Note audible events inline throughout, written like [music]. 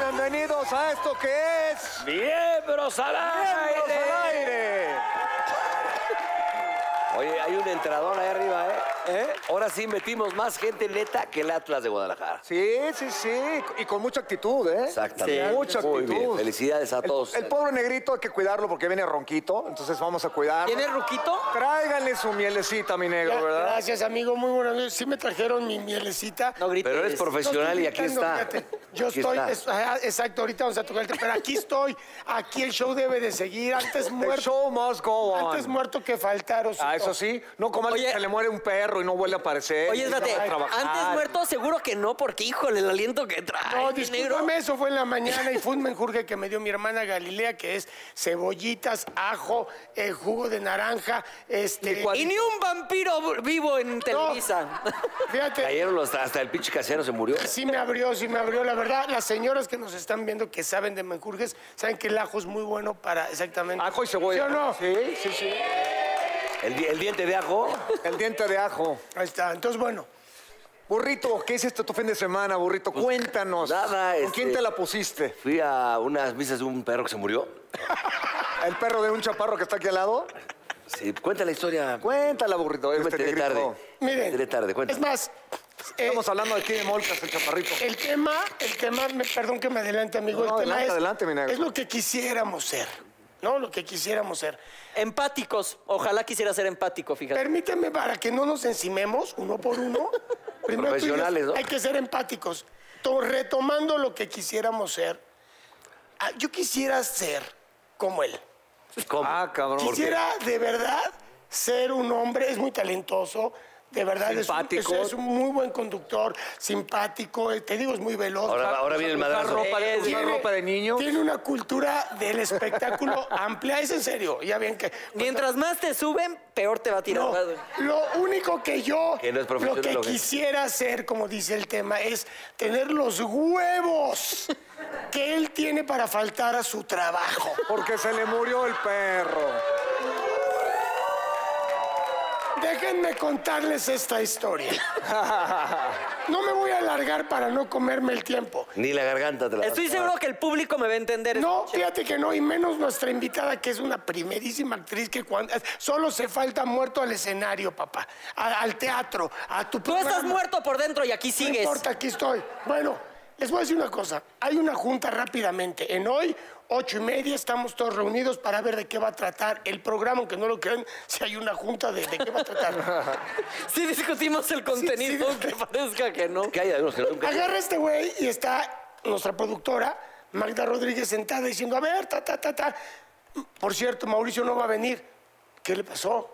bienvenidos a esto que es... ¡Miembros al aire! ¡Miembros al aire! Oye, hay un entradón ahí arriba, ¿eh? ¿Eh? Ahora sí metimos más gente neta que el Atlas de Guadalajara. Sí, sí, sí. Y con mucha actitud, ¿eh? Exactamente. Mucha Muy actitud. bien. Felicidades a El- todos. El, pobre negrito hay que cuidarlo porque viene ronquito, entonces vamos a cuidarlo. ¿Tiene ruquito? Tráiganle su mielecita, mi negro, Ya, ¿verdad? Gracias, amigo. Muy buenos días. Sí me trajeron mi mielecita. No grites. Pero eres No estoy profesional y aquí gritando, está. fíjate. Yo Aquí estoy, está. es- ajá, exacto, ahorita vamos a tocar el tema, pero aquí estoy, aquí el show debe de seguir, [laughs] antes The muerto, show must go on. antes muerto que faltar, Osito. Ah, eso sí. No como alguien Oye. que se le muere un perro y no vuelve a aparecer. Oye, y no espérate, va a trabajar. antes muerto seguro que no, porque híjole, el aliento que trae. No, negro. discúlpame, eso fue en la mañana y fue [laughs] un menjurje que me dio mi hermana Galilea, que es cebollitas, ajo, eh, jugo de naranja, este... Y ni un vampiro vivo en No, Televisa. [laughs] Fíjate, Cayeron los- hasta el pinche casero se murió. Sí me abrió, sí me abrió. La verdad, las señoras que nos están viendo que saben de menjurjes, saben que el ajo es muy bueno para exactamente. Ajo y cebolla. ¿Sí o no? Sí, sí, sí. El, di- el diente de ajo. El diente de ajo. Ahí está. Entonces, bueno, Burrito, ¿qué hiciste tu fin de semana, burrito? Cuéntanos. Pues, nada, ¿Con este- quién te la pusiste? Fui a unas misas de un perro que se murió. ¿El perro de un chaparro que está aquí al lado? Sí, cuenta la historia. Cuéntala, burrito. Yo me Este enteré negrito. tarde. Me miren. enteré tarde, Es cuéntame. más, eh, Estamos hablando aquí de molcas, el chaparrito. el tema, el tema, me- perdón que me adelante, No, amigo. el tema adelante, es, adelante, mi negro. es lo que quisiéramos ser, ¿no? Lo que quisiéramos ser. Empáticos. Ojalá quisiera ser empático, fíjate. Permíteme, para que no nos encimemos uno [laughs] por uno, primero tú y yo, Profesionales, ¿no? hay que ser empáticos. To- Retomando lo que quisiéramos ser, ah, yo quisiera ser como él. ¿Cómo? Ah, cabrón. ¿Por qué? Quisiera de verdad ser un hombre, es muy talentoso, de verdad es un- Simpático. Es, es un muy buen conductor, simpático, eh, te digo, es muy veloz. Ahora, ahora viene el Usar madrazo. ropa, de- usar ropa de niño. Tiene una cultura del espectáculo amplia, es en serio, ya ven que... Mientras más te suben, peor te va a tirar. No, lo único que yo, Que no es lo profesional, que lo que- quisiera hacer, como dice el tema, es tener los huevos que él tiene para faltar a su trabajo. Porque se le murió el perro. Déjenme contarles esta historia. No me voy a alargar para no comerme el tiempo. Ni la garganta te la Estoy seguro que el público me va a entender. No, fíjate que no, y menos nuestra invitada, que es una primerísima actriz que cuando, solo se falta muerto al escenario, papá, a- al teatro, a tu Tú estás programa. muerto por dentro y aquí No sigues. importa, aquí estoy. Bueno, les voy a decir una cosa. Hay una junta rápidamente. En hoy, ocho y media, estamos todos reunidos para ver de qué va a tratar el programa, aunque no lo crean, si hay una junta de, de qué va a tratar. Sí discutimos el contenido, sí. aunque parezca [laughs] que no. Que hay algunos que nunca... Agarra este güey y está nuestra productora, Magda Rodríguez, sentada diciendo, a ver, ta, ta, ta, ta. Por cierto, Mauricio no va a venir. ¿Qué le pasó?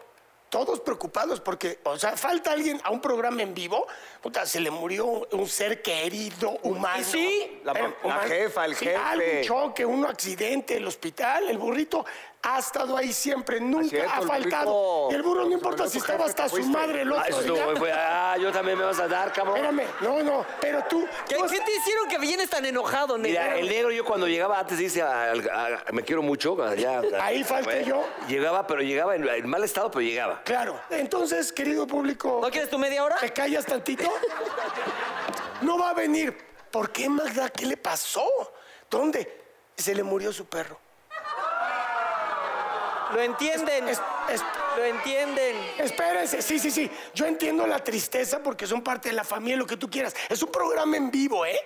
Todos preocupados porque, o sea, falta alguien a un programa en vivo. Puta, se le murió un, un ser querido, humano. sí? La- Pero, la jefa, el sí, jefe. Algún choque, un accidente, el hospital, el burrito ha estado ahí siempre, nunca cierto, ha el faltado. burrito. Y el burro no Se importa volvió si tu estaba jefe hasta que su fuiste. madre Ah, el otro eso estuvo día. muy fue- Ah, yo también me vas a dar, cabrón. Espérame, no, no, pero tú... ¿Qué, tú qué has- te hicieron que vienes tan enojado, Mira, negro? eh. el negro yo cuando llegaba antes dice, a- a- a- me quiero mucho, [laughs] ya- Ahí falté yo. Llegaba, pero llegaba en, en mal estado, pero llegaba. Claro. Entonces, querido público, ¿No quieres tu media hora? ¿te callas tantito? No va a venir. ¿Por qué, Magda? ¿Qué le pasó? ¿Dónde? Se le murió su perro. Lo entienden. Es- es- Lo entienden. Espérense, sí, sí, sí. Yo entiendo la tristeza porque son parte de la familia, lo que tú quieras. Es un programa en vivo, ¿eh?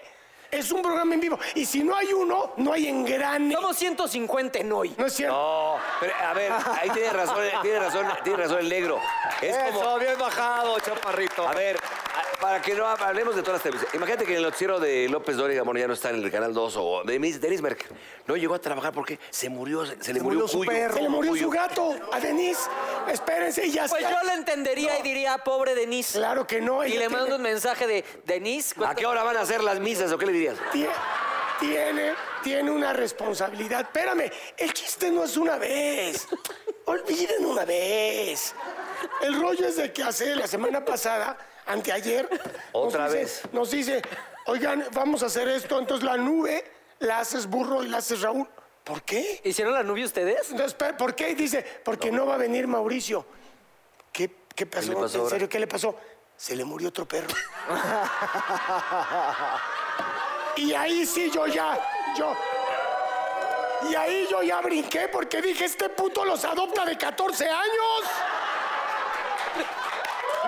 Es un programa en vivo. Y si no hay uno, no hay engrane. Somos 150 en hoy. No es cierto. No, pero a ver, ahí tiene razón, eh, tiene razón, tiene razón el negro. Es Eso, como, bien bajado, chaparrito. a ver, a- para que no hablemos de todas las televisiones. Imagínate que el noticiero de López Dóriga, bueno, ya no está en el Canal 2 o de Miss- Denise Merker. No llegó a trabajar porque se murió, se, se le murió, murió su Cuyo. perro. Se le murió su gato a Denise. Espérense y ya Pues está. yo la entendería y diría, pobre Denise. Claro que no. Y ella le tiene- mando un mensaje de, Denise, ¿A ¿cuánto- qué hora van a hacer las misas o qué le dirías? Tie- Tiene, tiene una responsabilidad. Espérame, el chiste no es una vez. Olviden una vez. El rollo es de que hace la semana pasada, anteayer, nos Otra dice- vez. nos dice, oigan, vamos a hacer esto. Entonces la nube la haces burro y la haces Raúl. ¿Por qué? ¿Hicieron la nube ustedes? Entonces, espera, ¿por qué? Dice, porque no va a venir Mauricio. ¿Qué, qué pasó? le pasó ¿En ahora? serio qué le pasó? Se le murió [laughs] otro perro. y ahí sí yo ya, yo, Y ahí yo ya brinqué porque dije, este puto los adopta de 14 años.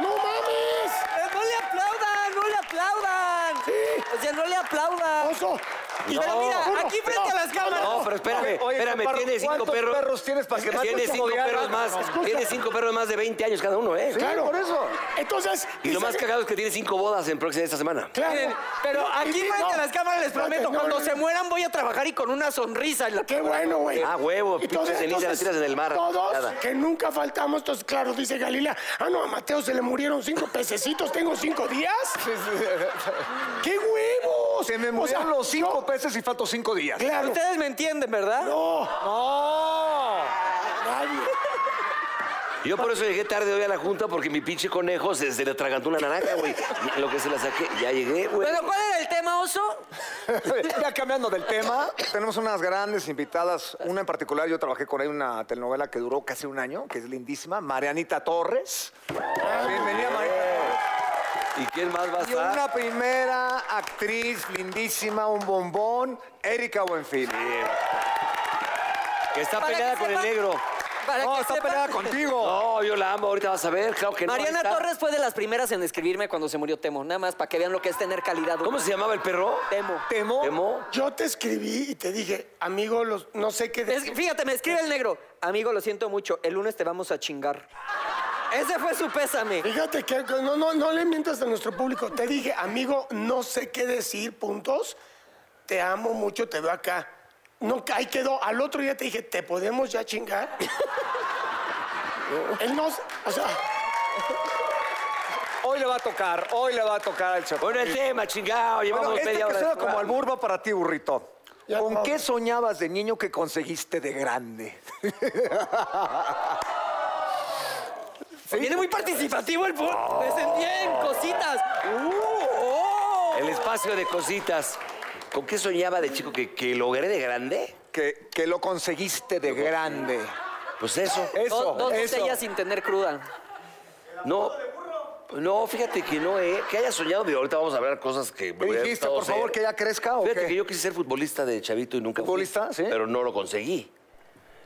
¡No mames! Pero no le aplaudan, no le aplaudan. Sí. O sea, no le aplaudan. Oso. Y Pero no, mira, uno, aquí frente no, a las cámaras. No, pero espérame, Oye, espérame, Chaparro, tiene cinco ¿cuántos perros. perros tienes para que Tiene mates como cinco diablo? perros más. Escucha. Tiene cinco perros más de 20 años cada uno, ¿eh? Sí, Claro. por eso. Entonces. Y lo más dice- cagado es que tiene cinco bodas en próxima esta semana. Claro. Miren, Eh, pero No, aquí y- frente no, a las cámaras les espérate, prometo, no, cuando no, se no. mueran voy a trabajar y con una sonrisa en la Qué bueno, güey. Ah, huevo, Y todos pinches cenizas las entonces, tiras en el mar. Todos Nada. que nunca faltamos, entonces, claro, dice Galilea. Ah, no, a Mateo se le murieron cinco pececitos, tengo cinco días. ¡Qué huevos! Se me O murieron sea, los cinco yo- peces y faltó cinco días. Claro. Ustedes me entienden, ¿verdad? No, ¡No! nadie. Yo por eso llegué tarde hoy a la junta porque mi pinche conejo se, se le atragantó una naranja, güey. Y Lo que se la saqué, ya llegué, güey. Pero ¿cuál era el tema, oso? [laughs] ya cambiando del tema, tenemos unas grandes invitadas. Una en particular, yo trabajé con ella en una telenovela que duró casi un año, que es lindísima, Marianita Torres. Bienvenida, Marianita Torres. ¿Y quién más va a Y estar? una primera actriz lindísima, un bombón, Erika Buenfil. Que está Para peleada que con el sepa- negro. Para No, que está sepan- peleada [laughs] contigo. No, yo la amo, ahorita vas a ver, claro que no. ahí Mariana está. Torres fue de las primeras en escribirme cuando se murió Temo, nada más para que vean lo que es tener calidad. ¿Cómo se llamaba el perro? Temo. Temo. ¿Temo? Yo te escribí y te dije, amigo, los, no sé qué. de- Es- fíjate, me escribe el negro. Amigo, lo siento mucho, el lunes te vamos a chingar. Ese fue su pésame. Fíjate que que no, no, no le mientas a nuestro público. Te dije, amigo, no sé qué decir, puntos. Te amo mucho, te veo acá. No, ahí quedó. Al otro día te dije, ¿te podemos ya chingar? Él no, o sea, Hoy le va a tocar, hoy le va a tocar al chaparro. Bueno, el tema, chingado, llevamos Bueno, este media que hora. suena como al burba para ti, burrito. Ya, ¿Con no. qué soñabas de niño que conseguiste de grande? Viene muy participativo el público. Oh. Me sentí en cositas. Uh, oh. El espacio de cositas. ¿Con qué soñaba de chico que, que logré de grande? Que, que lo conseguiste de grande. Pues eso. Eso, dos dos eso. botellas sin tener cruda. No. No, fíjate que no, ¿eh? Que haya soñado, digo, ahorita vamos a hablar cosas que... me ¿Qué hubiera dijiste, gustado por favor, ser. que ya crezca o Fíjate qué? que yo quise ser futbolista de chavito y nunca fui. ¿Futbolista? Sí. Pero no lo conseguí.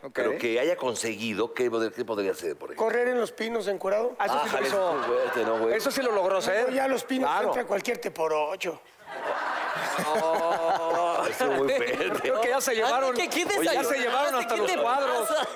Ok. Pero que haya conseguido, ¿qué, pod- qué podría ser, por ejemplo? correr en los pinos encurado. Ah, Eso sí lo Ájale, hizo. qué fuerte, ¿no, güey? Eso sí lo logró Pero ser. ya los pinos Claro. entra cualquier te por ocho. Ah, estuvo [laughs] muy fuerte. Creo que ya se llevaron. Anda, que ¿quién Oye, ya se desayunaste? llevaron hasta ¿Qué los te cuadros. pasa?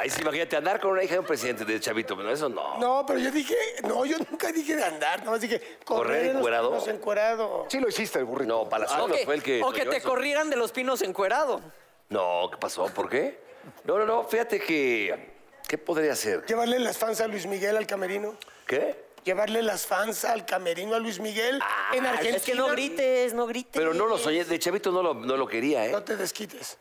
Ahí sí, imagínate, andar con una hija de un presidente de chavito, pero eso no. No, pero yo dije, no, yo nunca dije de andar, nada más dije, correr, ¿Correr en los encuerado? pinos encuerado. Sí lo hiciste, el burrito. No, Palazuelos o que, fue el que... o que soñó te eso. corrieran de los pinos encuerado. No, ¿qué pasó? ¿Por qué? No, no, no, fíjate que... ¿Qué podría ser? Llevarle las fans a Luis Miguel al camerino. ¿Qué? Llevarle las fans al camerino a Luis Miguel en Argentina. Ah, Es que no grites, no grites. Pero no lo soñé, de chavito no lo, no lo quería, ¿eh? No te desquites.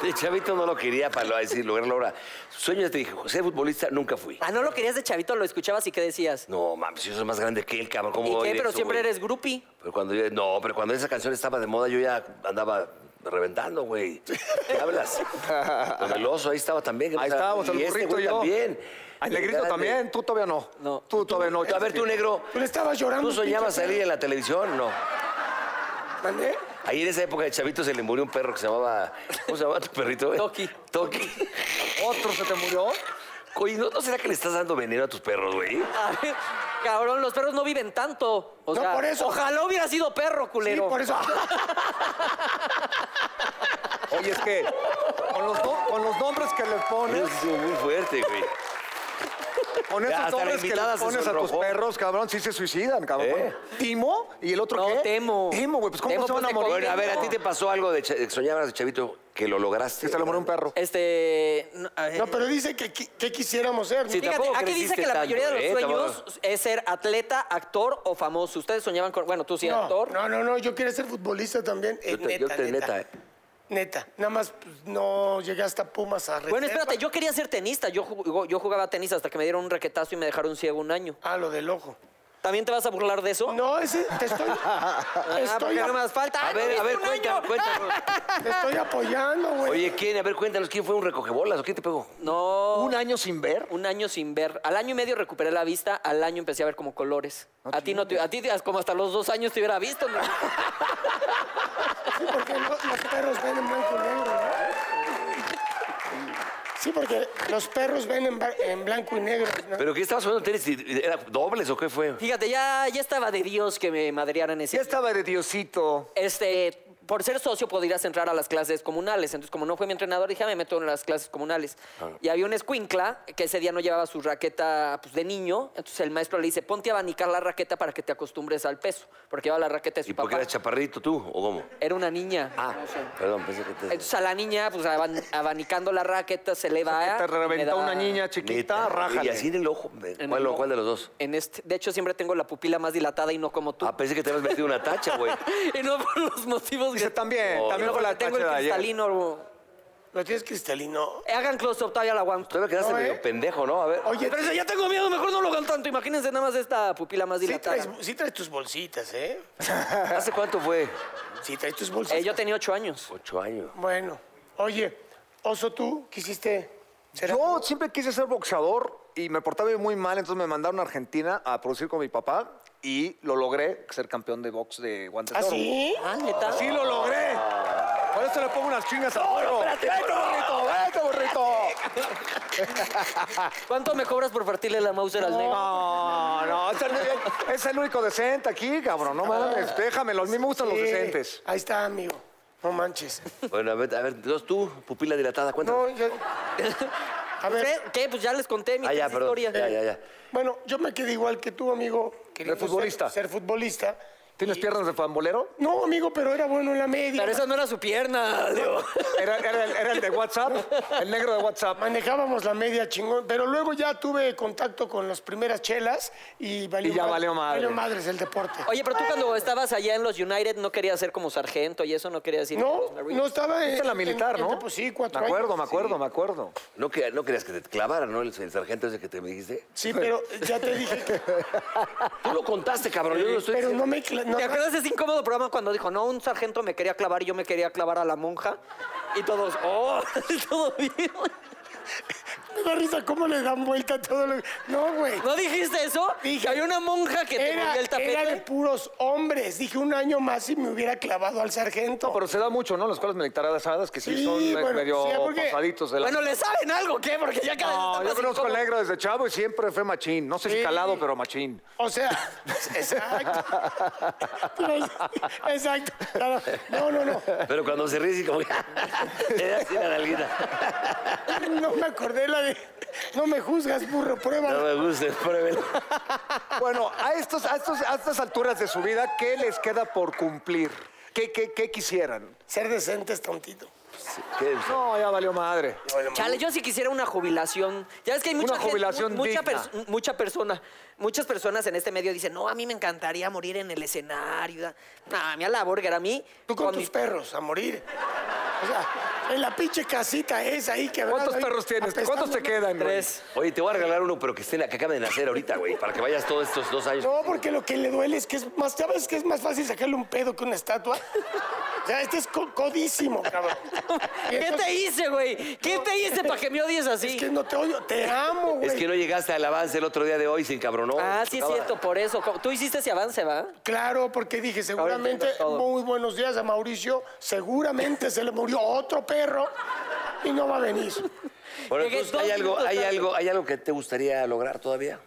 De chavito no lo quería para decir, lograrlo ahora. Sueño, te dije, ser futbolista nunca fui. Ah, no lo querías de chavito, lo escuchabas y qué decías. No, mames, yo soy más grande que él, cabrón. ¿Cómo ¿Y voy a qué? ir Pero eso, siempre güey? eres grupi. Pero cuando yo- no, pero cuando esa canción estaba de moda, yo ya andaba reventando, güey. ¿Qué hablas? Con el oso, ahí estaba también. ¿qué Ahí pasa? estábamos, el y este burrito güey y yo. también. Al negrito Grande. también, tú todavía no. No. Tú todavía no. A ver, tú, negro, Tú le estabas llorando. ¿tú soñabas pinche salir en la televisión? No. perro. ¿Mandé? Ahí en esa época de chavito se le murió un perro que se llamaba... ¿Cómo se llamaba tu perrito? güey? Toki. Toki. ¿Otro se te murió? Oye, ¿no, no será que le estás dando veneno a tus perros, güey? A ver, cabrón, los perros no viven tanto. O No, sea, por eso. Ojalá hubiera sido perro, Sí, culero. por eso. [laughs] Oye, es que con los, no- con los nombres que le Eso pones, estuvo muy fuerte, güey. con Ya, esos hasta la nombres que invitada le se pones a tus sonrojó. perros, cabrón, sí se suicidan, cabrón. ¿Eh? ¿Timo? ¿Y el otro No, qué? Temo. Temo, güey, pues ¿cómo Temo, se van pues, a te morir? Bueno, a ver, ¿a ti no. te pasó algo de cha- que soñabas de chavito que lo lograste? Que se le murió un perro. Este. No, a ver. No, pero dice que, qui- que quisiéramos ser. Sí, Fíjate, tampoco aquí dice creciste que la mayoría de los tanto, ¿eh? sueños Tampoco. es ser atleta, actor o famoso. Ustedes soñaban con. Bueno, tú sí, no, actor. no, no, no, yo quería ser futbolista también. Eh, Yo te, yo neta, te- neta, neta, eh. Neta. Nada más pues, no llegué hasta Pumas a Bueno, reserva. espérate, yo quería ser tenista. Yo, jug- yo jugaba tenis hasta que me dieron un raquetazo y me dejaron ciego un año. Ah, lo del ojo. ¿También te vas a burlar de eso? No, ese, te estoy, te Ah, estoy, porque no a- me das falta. A ¡Ah, no ver, viste a ver, un cuéntanos, año! [laughs] cuéntanos. te estoy apoyando, güey. Oye, ¿quién? A ver, cuéntanos, ¿quién fue un recogebolas o quién te pegó? No. ¿Un año sin ver? Un año sin ver. Al año y medio recuperé la vista, al año empecé a ver como colores. a ti no te, a ti as- como hasta los dos años te hubiera visto. ¿no? Sí, porque lo- los perros ven en blanco y negro, ¿no? Sí, porque los perros ven en, ba- en blanco y negro. ¿no? ¿Pero qué estabas jugando tenis? ¿Y- y ¿Era dobles o qué fue? Fíjate, ya, ya estaba de Dios que me madrearan ese. Ya estaba de Diosito. Este, por ser socio podrías entrar a las clases comunales. Entonces, como no fue mi entrenador, dije, "Ah, me meto en las clases comunales. Y había un escuincla que ese día no llevaba su raqueta pues, de niño. Entonces el maestro le dice, ponte a abanicar la raqueta para que te acostumbres al peso. Porque lleva la raqueta de su ¿Y por qué papá. eras chaparrito tú o cómo? Era una niña. Ah, perdón, pensé que te... Entonces a la niña, pues aban- abanicando la raqueta, se le va. Te y me reventó da una niña Neta, chiquita, rájale. Y así en el ojo. en ¿Cuál, el ojo. cuál de los dos? En este, de hecho, siempre tengo la pupila más dilatada y no como tú. Ah, pensé que te habías metido una tacha, güey. [laughs] y no por los motivos Dice, también, Oh. y también no fue la porque tengo el tacha de ayer. cristalino. ¿Lo tienes cristalino? Eh, Hagan close-up, todavía la aguanto. Tú me quedaste No, ¿eh? medio pendejo, ¿no? A ver. Oye, Pero dice, ya tengo miedo, mejor no lo hagan tanto. Imagínense nada más esta pupila más sí dilatada. traes, sí traes tus bolsitas, ¿eh? ¿Hace cuánto fue? Sí traes tus bolsitas. Eh, yo tenía ocho años. Ocho años. Bueno, oye, Oso, ¿tú quisiste ser Yo siempre quise ser boxeador y me portaba muy mal, entonces me mandaron a Argentina a producir con mi papá y lo logré ser campeón de box de guantes de ¿Ah, oro. sí? Ah, neta. ¡Sí lo logré! Por eso le pongo unas chingas al juego. ¡Vete, burrito! ¡Vete, burrito! ¿Cuánto me cobras por partirle la Mauser al negro? No, no, es el, es el único decente aquí, cabrón. No mames, déjamelo. A mí me gustan los Sí, decentes. Ahí está, amigo. No manches. Bueno, a ver, a ver, entonces tú, pupila dilatada, cuéntame. No, yo... A ver, ¿Qué? ¿Qué? Pues ya les conté mi ah, ya, triste perdón. Ya, historia. ya, ya. bueno, yo me quedé igual que tú, amigo. queriendo ser- futbolista. Ser, futbolista. ¿Tienes piernas de fambolero? No, amigo, pero era bueno en la media. Pero esa no era su pierna, [laughs] Leo. Era, era el, era el de WhatsApp, el negro de WhatsApp. Manejábamos la media chingón, pero luego ya tuve contacto con las primeras chelas y valió Y ya ma- valió madre. madres el deporte. Oye, pero tú cuando estabas allá en los United no querías ser como sargento y eso no querías ir. no, no estaba en, Esta es la militar, en- en- ¿no? Pues sí, cuatro Me acuerdo, años. me acuerdo, me acuerdo. No, que- no querías que te clavaran, ¿no? El, el sargento ese que te me dijiste. Sí, pero ya te dije [laughs] que... Tú lo contaste, cabrón. Yo no estoy... pero no me... cla- no- ¿Te acuerdas de ese incómodo programa cuando dijo, no, un sargento me quería clavar y yo me quería clavar a la monja? Y todos, oh, [laughs] todo bien. me da risa cómo le dan vuelta a todo lo... No, güey. ¿No dijiste eso? Dije. Que había una monja que te Era, movía el tapete. era de puros hombres. Dije un año más y me hubiera clavado al sargento. Pero se da mucho, ¿no? Las escuelas militares sabes que sí, Sí, son eh, bueno, medio sí, ah, porque- pasaditos de la... Bueno, ¿le saben algo qué? Porque ya cada no, yo vez está más conozco al incómodo. negro desde chavo y siempre fue machín. No sé si Sí. calado, pero machín. O sea, pues, exacto. [laughs] exacto. Claro. No, no, no. Pero cuando se ríe, sí como que... [laughs] te da así la nalguita. No me acordé la de. No me juzgas, burro, No pruébalo. me gusta, pruébelo. Bueno, a, estos, a, estos- a estas alturas de su vida, ¿qué les queda por cumplir? ¿Qué, qué, qué quisieran? Ser decentes, tontito. ¿Qué? No, ya valió madre. Chale, yo sí quisiera una jubilación. Ya es que hay mucha Una gente, jubilación mu- mucha, digna. pers- mucha persona, muchas personas en este medio dicen, no, a mí me encantaría morir en el escenario. No, a mí a la burger, a mí. Tú con mi- tus perros, a morir. O sea, en la pinche casita esa ahí que ¿Cuántos perros tienes? ¿Cuántos te quedan, güey? Tres. Oye, te voy a regalar uno, pero que, estén, que acabe de nacer ahorita, güey, para que vayas todos estos dos años. No, porque lo que le duele es que es más, ¿sabes que es más fácil sacarle un pedo que una estatua? O sea, este es co- codísimo, cabrón. ¿Qué te hice, güey? ¿Qué te hice para que me odies así? Es que no te odio, te amo, güey. Es que no llegaste al avance el otro día de hoy sin cabrón. Ah, sí es cierto, por eso. Co- Tú hiciste ese avance, ¿va? Claro, porque dije, seguramente, entiendo todo. muy buenos días a Mauricio, seguramente se le murió otro perro y no va a venir. Bueno, Llegué entonces, dos ¿hay algo, minutos hay, tarde. algo, ¿hay algo que te gustaría lograr todavía?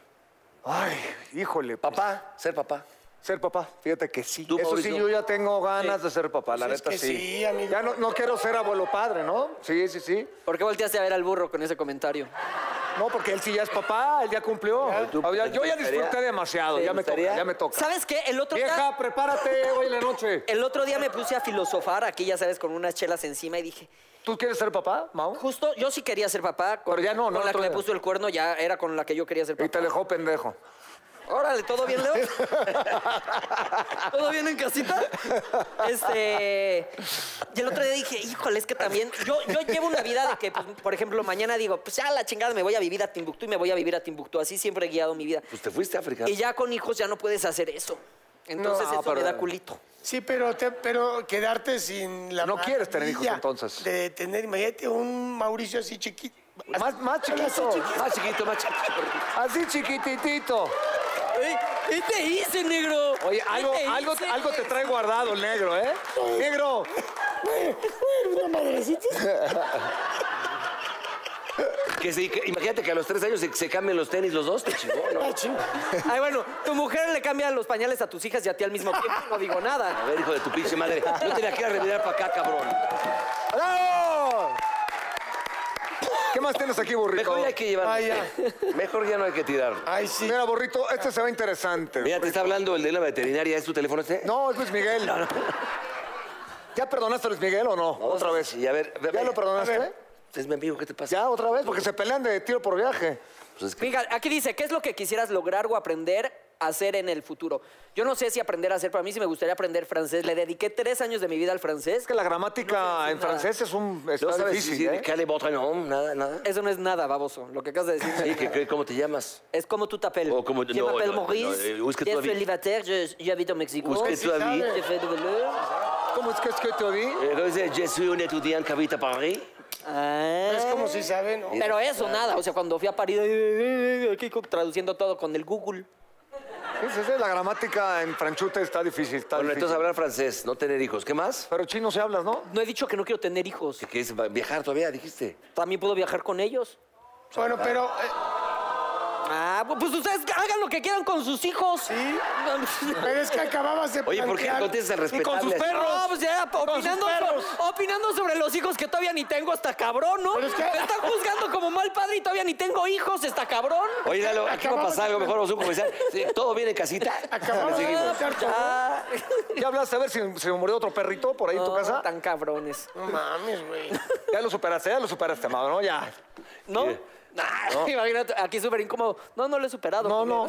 Ay, híjole. pues, Papá, ser papá. Ser papá, fíjate que sí. ¿Tú, Eso Mauricio? sí, yo ya tengo ganas de ser papá, la Pues es neta que sí. sí, amigo. Ya no, no quiero ser abuelo padre, ¿no? Sí, sí, sí. ¿Por qué volteaste a ver al burro con ese comentario? No, porque él sí ya es papá, él ya cumplió. ¿Tú Ah, ya- te yo ya gustaría- disfruté demasiado, te ya me toca, gustaría? ya me toca. ¿Sabes qué? El otro día... Vieja, prepárate hoy en la noche. El otro día me puse a filosofar aquí, ya sabes, con unas chelas encima y dije, ¿Tú quieres ser papá, Mau? justo yo sí quería ser papá. Con, Pero ya no, con ¿no? la que Otro me día. puso el cuerno ya era con la que yo quería ser Y te papá. dejó pendejo. Órale, ¿todo bien, [laughs] Leo? ¿Todo bien en casita? Este. Y el otro día dije, híjole, es que también. Yo, yo llevo una vida de que, pues, por ejemplo, mañana digo, pues ya la chingada, me voy a vivir a Timbuktu y me voy a vivir a Timbuktu. Así siempre he guiado mi vida. Pues te fuiste a África. Y ya con hijos ya no puedes hacer eso. Entonces No, eso me pero- da culito. Sí, pero, te- pero quedarte sin la No quieres tener hijos, maravilla entonces. De tener, imagínate, un Mauricio así chiquito. Más, más chiquito. Más chiquito, más chiquito. Así chiquititito. ¿Qué te hice, negro? Oye, algo, te algo, hice? algo te trae guardado el negro, ¿eh? Negro. Una madrecita. Que se- que- imagínate que a los tres años se, se cambien los tenis los dos, te chingó, ¿no? Ah, ching- Ay, bueno, tu mujer le cambia los pañales a tus hijas y a ti al mismo tiempo. No digo A nada. ver, hijo de tu pinche madre, no te la quieras revirar para acá, cabrón. ¡Bravo! ¿Qué más tienes aquí, burrito? Mejor ya hay que llevar. Ah, ya. Mejor ya no hay que tirar. Ay, sí. Mira, burrito, este se ve interesante. Mira, te está hablando el de la veterinaria, ¿es tu teléfono este? No, es Luis Miguel. ¿Ya perdonaste a Luis Miguel o no? Otra vez. Y a ver, ve- ¿Ya lo a perdonaste? ver, Es mi amigo, ¿qué te pasa? ¿Ya otra vez? Porque se pelean de tiro por viaje. Pues es que- Fíjate, aquí dice, ¿qué es lo que quisieras lograr o aprender a hacer en el futuro? Yo no sé si aprender a hacer, para mí sí me gustaría aprender francés. Le dediqué tres años de mi vida al francés. Es que la gramática en francés es un... no Está sabes difícil, decir ¿eh? Cale Botra, no, nada, nada. Eso no es nada, baboso. Lo que acabas de decir. Sí, que- que- ¿Cómo te llamas? Es como tu t'appelles. Oh, como- Je no, m'appelle no, Maurice. no, eh, où est-ce que tu je suis habites célibataire. Je, j'habite au Mexique. Où est-ce que tu habites J'ai fait de vélo. ¿Cómo es que es que te oí? Eh, ¿Cómo dice? Je suis un étudiant que habita París. Ah. Es como si saben, ¿no? Pero eso, nada. O sea, cuando fui a París, eh, eh, eh, aquí co- traduciendo todo con el Google. Sí, sí, sí, la gramática en franchute está difícil, está Bueno, difícil. entonces hablar francés, no tener hijos. ¿Qué más? Pero chino se hablas, ¿no? No he dicho que no quiero tener hijos. Que- Que es viajar todavía, dijiste. También puedo viajar con ellos. Bueno, pero eh, Ah, pues, pues ustedes hagan lo que quieran con sus hijos. [laughs] Sí. pero es que acababas de Oye, ¿por qué plantear- no contestas al Y con sus respetable? perros. No, pues ya, opinando, sus so- perros. opinando sobre los hijos que todavía ni tengo, está cabrón, ¿no? Pero es que- Me están juzgando como mal padre y todavía ni tengo hijos, está cabrón. Oye, Lalo, aquí va a Acabamos pasar algo de- mejor, vamos a un comercial. Sí, Todo viene en casita. Acabamos de Seguimos. plantear todo. Ah, ¿Ya hablaste a ver si se murió otro perrito por ahí en tu no, casa? Tan cabrones. No mames, güey. Ya lo superaste, ya lo superaste, amado, ¿no? Ya. ¿No? Sí. Ah, Imagínate, aquí súper incómodo. No, no lo he superado. No, no.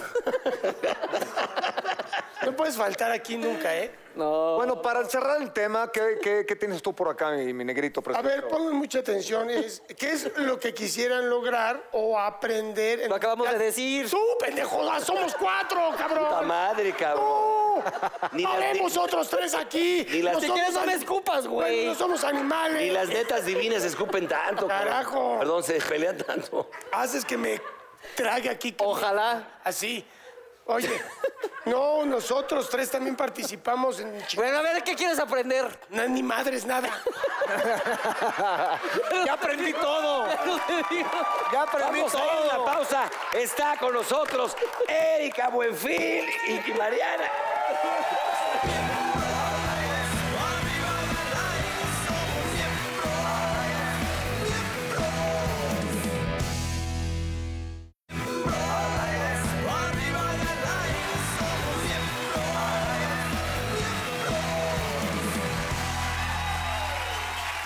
No puedes faltar aquí nunca, ¿eh? No. Bueno, para cerrar el tema, ¿qué, qué- qué tienes tú por acá, mi, mi negrito? A precioso? ver, pongan mucha atención. Es, ¿Qué es lo que quisieran lograr o aprender? en- Lo acabamos de decir. ¡Tú, pendejo! ¡Ah, ¡Somos cuatro, Puta cabrón! madre, cabrón. ¡No! Ni ¡No las- haremos otros tres aquí! ni las- No Si somos quieres, no me ani- escupas, güey. Bueno, no somos animales. Ni las netas divinas escupen tanto. cabrón. Carajo. Perdón, se pelean tanto. Haces que me trague aquí. que me- Ojalá. Así. Oh. Oye, no, nosotros tres también participamos en... chi- Bueno, a ver, ¿qué quieres aprender? [laughs] No, ni madres, nada. ¡Ya aprendí [laughs] todo! ¡Ya aprendí Vamos a ir a la todo! pausa. Está con nosotros Erika Buenfil y Mariana.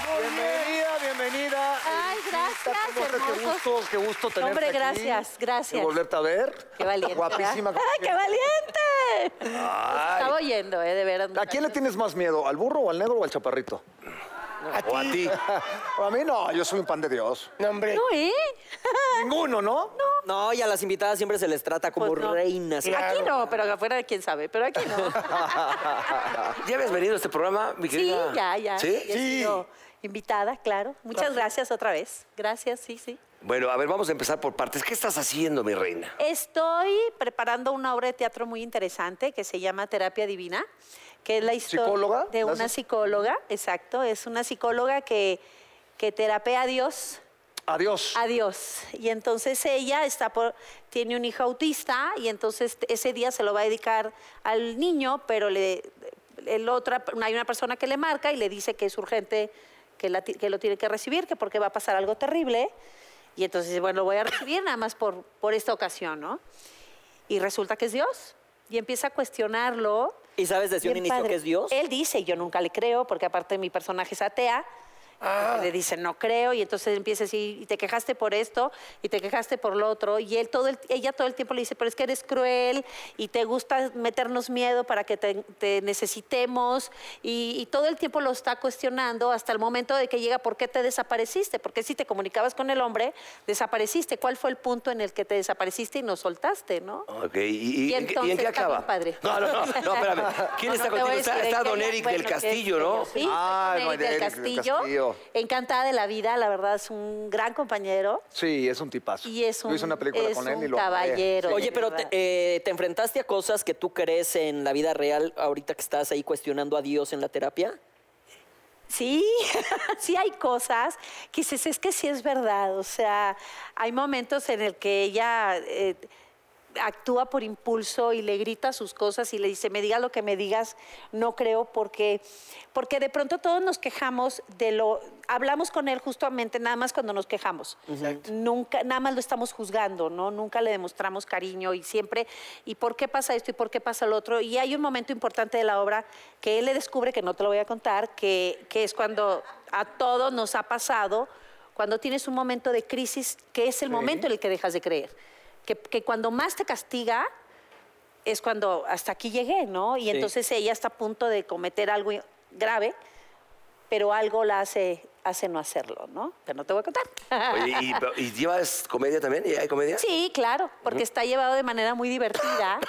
pues. Bienvenida, bienvenida. Ay, Ericita, gracias, ¿cómo estás? Qué hermosos. gusto, qué gusto tenerte Hombre, aquí. gracias, gracias. Y volverte a ver. Qué valiente. ¿verdad? Guapísima. como ¡Ay, qué siempre. valiente! Estaba oyendo, ¿eh? De veras. ¿A quién le tienes más miedo? ¿Al burro o al negro o al chaparrito? O a ti. A mí no, yo soy un pan de Dios. No, hombre. No, ¿eh? Ninguno, ¿no? No, y a las invitadas siempre se les trata como Pues no. reinas. Aquí no, pero afuera quién sabe, pero aquí no. ¿Ya habías venido a este programa, mi Sí, querida? ya, ya. ¿Sí? Yo he sido Invitada, claro. Muchas gracias otra vez. Gracias, sí, sí. Bueno, a ver, vamos a empezar por partes. ¿Qué estás haciendo, mi reina? Estoy preparando una obra de teatro muy interesante que se llama Terapia Divina, que es la historia ¿Psicóloga? de una ¿Haces? psicóloga, exacto. Es una psicóloga que, que terapea a Dios Adiós. Adiós. Y entonces ella está por, tiene un hijo autista y entonces ese día se lo va a dedicar al niño, pero le, el otra, hay una persona que le marca y le dice que es urgente, que, la ti- que lo tiene que recibir, que porque va a pasar algo terrible. Y entonces, dice, bueno, lo voy a recibir nada más por, por esta ocasión, ¿no? Y resulta que es Dios. Y empieza a cuestionarlo ¿Y sabes desde un Bien inicio padre. que es Dios? Él dice, y yo nunca le creo, porque aparte mi personaje es atea, Le dice, no creo, y entonces empieza así, y te quejaste por esto, y te quejaste por lo otro, y él todo el- ella todo el tiempo le dice, pero es que eres cruel, y te gusta meternos miedo para que te, te necesitemos, y, y todo el tiempo lo está cuestionando hasta el momento de que llega, ¿por qué te desapareciste? Porque si te comunicabas con el hombre, desapareciste, ¿cuál fue el punto en el que te desapareciste y nos soltaste, no? Ok, ¿y, y- Y y en qué- y en qué entonces está acaba? bien padre. No, no, no, no, espérame. ¿Quién Ah, No, no está te contigo? voy a Está, decir, está es que don ya, Eric bueno, del que es- Castillo, que ¿no? Ah, yo Sí, estoy Ay, con Eric don del Eric del Castillo. Castillo. Encantada de la vida, la verdad, es un gran compañero. Sí, es un tipazo. Y es un, Yo hice una película es con él un y lo amé. caballero. Oye, de pero te, verdad. eh, te enfrentaste a cosas que tú crees en la vida real ahorita que estás ahí cuestionando a Dios en la terapia. Sí, [laughs] sí hay cosas que dices, es que sí es verdad. O sea, hay momentos en el que ella eh, actúa por impulso y le grita sus cosas y le dice, me digas lo que me digas, no creo, porque, porque de pronto todos nos quejamos de lo... Hablamos con él justamente nada más cuando nos quejamos. Nunca, nada más lo estamos juzgando, ¿no? Nunca le demostramos cariño y siempre, ¿y por qué pasa esto y por qué pasa lo otro? Y hay un momento importante de la obra que él le descubre, que no te lo voy a contar, que, que es cuando a todos nos ha pasado, cuando tienes un momento de crisis, que es el momento en el que dejas de creer. Que, que cuando más te castiga es cuando hasta aquí llegué, ¿no? Y entonces ella está a punto de cometer algo grave, pero algo la hace, hace no hacerlo, ¿no? Pero no te voy a contar. Oye, ¿y, y llevas comedia también? ¿Y hay comedia? Sí, claro, porque está llevado de manera muy divertida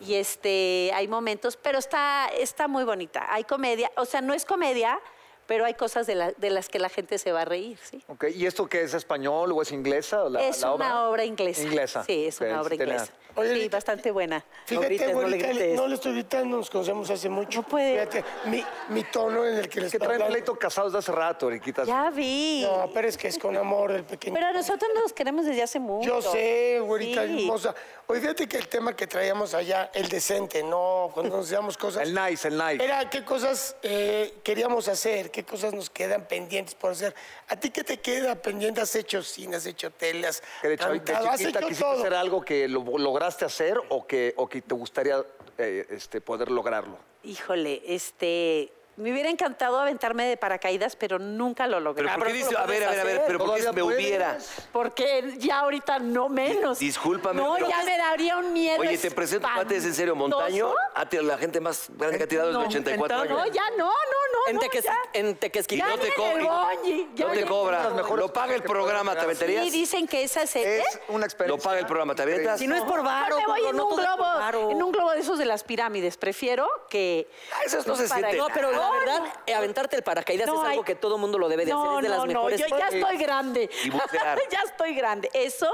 y este hay momentos, pero está, está muy bonita. Hay comedia, o sea, no es comedia, pero hay cosas de, la- de las que la gente se va a reír, ¿sí? Ok, ¿Y esto qué es español o es inglesa? o La, es la una obra? inglesa. Inglesa. Sí, es Ok, una obra sí tenía- inglesa. Oye, sí, ahorita- bastante buena. No Fíjate, grites, no le güerita, le- no, le grites. estoy gritando, nos conocemos hace mucho. No puede. Fíjate, mi, mi tono en el que les Que estoy traen hablando. pleito casados de hace rato, Eriquita. Ya vi. No, pero es que es con amor el pequeño. Pero nosotros nos queremos desde hace mucho. Yo sé, güerita Sí. hermosa. Oye, fíjate que el tema que traíamos allá, el decente, no, cuando nos decíamos cosas. El nice, el nice. Era qué cosas eh, queríamos hacer, qué cosas nos quedan pendientes por hacer. ¿A ti qué te queda pendiente? ¿Has hecho cine, has hecho telas, Que de, chavi- de cantado, Ah, has chiquita hecho quisiste todo? hacer algo que lo lograste hacer o que, o que te gustaría eh, este, poder lograrlo. Híjole, este. Me hubiera encantado aventarme de paracaídas, pero nunca lo logré. Pero ¿por qué pero dice, lo a ver, a ver, a ver, puedes pero por qué Todavía me puedes. hubiera? Porque ya ahorita no menos. Di- discúlpame, No, pero- ya me daría un miedo. Oye, te presento a Pates, en serio, Montaño, espantoso. ha tirado- la gente más grande que ha tirado es de 84 No, años. ya no, no, no. En no, Teques- ya. en Tequesquitán. Y Ya no te viene co- el y- Bonji, ya No te viene. cobra, Las mejores lo paga el [laughs] cosas que programa, ¿te puedes hacer. Sí, aventarías? dicen que esa es. ¿eh? Es una experiencia. Lo paga el programa, ¿te avientas? Si no es por varo, Yo me voy gordo, en no un, todo es por globo, varo. en un globo de esos de las pirámides. Prefiero que. Ah, esos no se para- sienten. No, pero la verdad, eh, aventarte el paracaídas No, es algo hay- que todo mundo lo debe de hacer. No, Es de no, las no, mejores. yo ya estoy grande. [laughs] Y bucear. ya estoy grande. Eso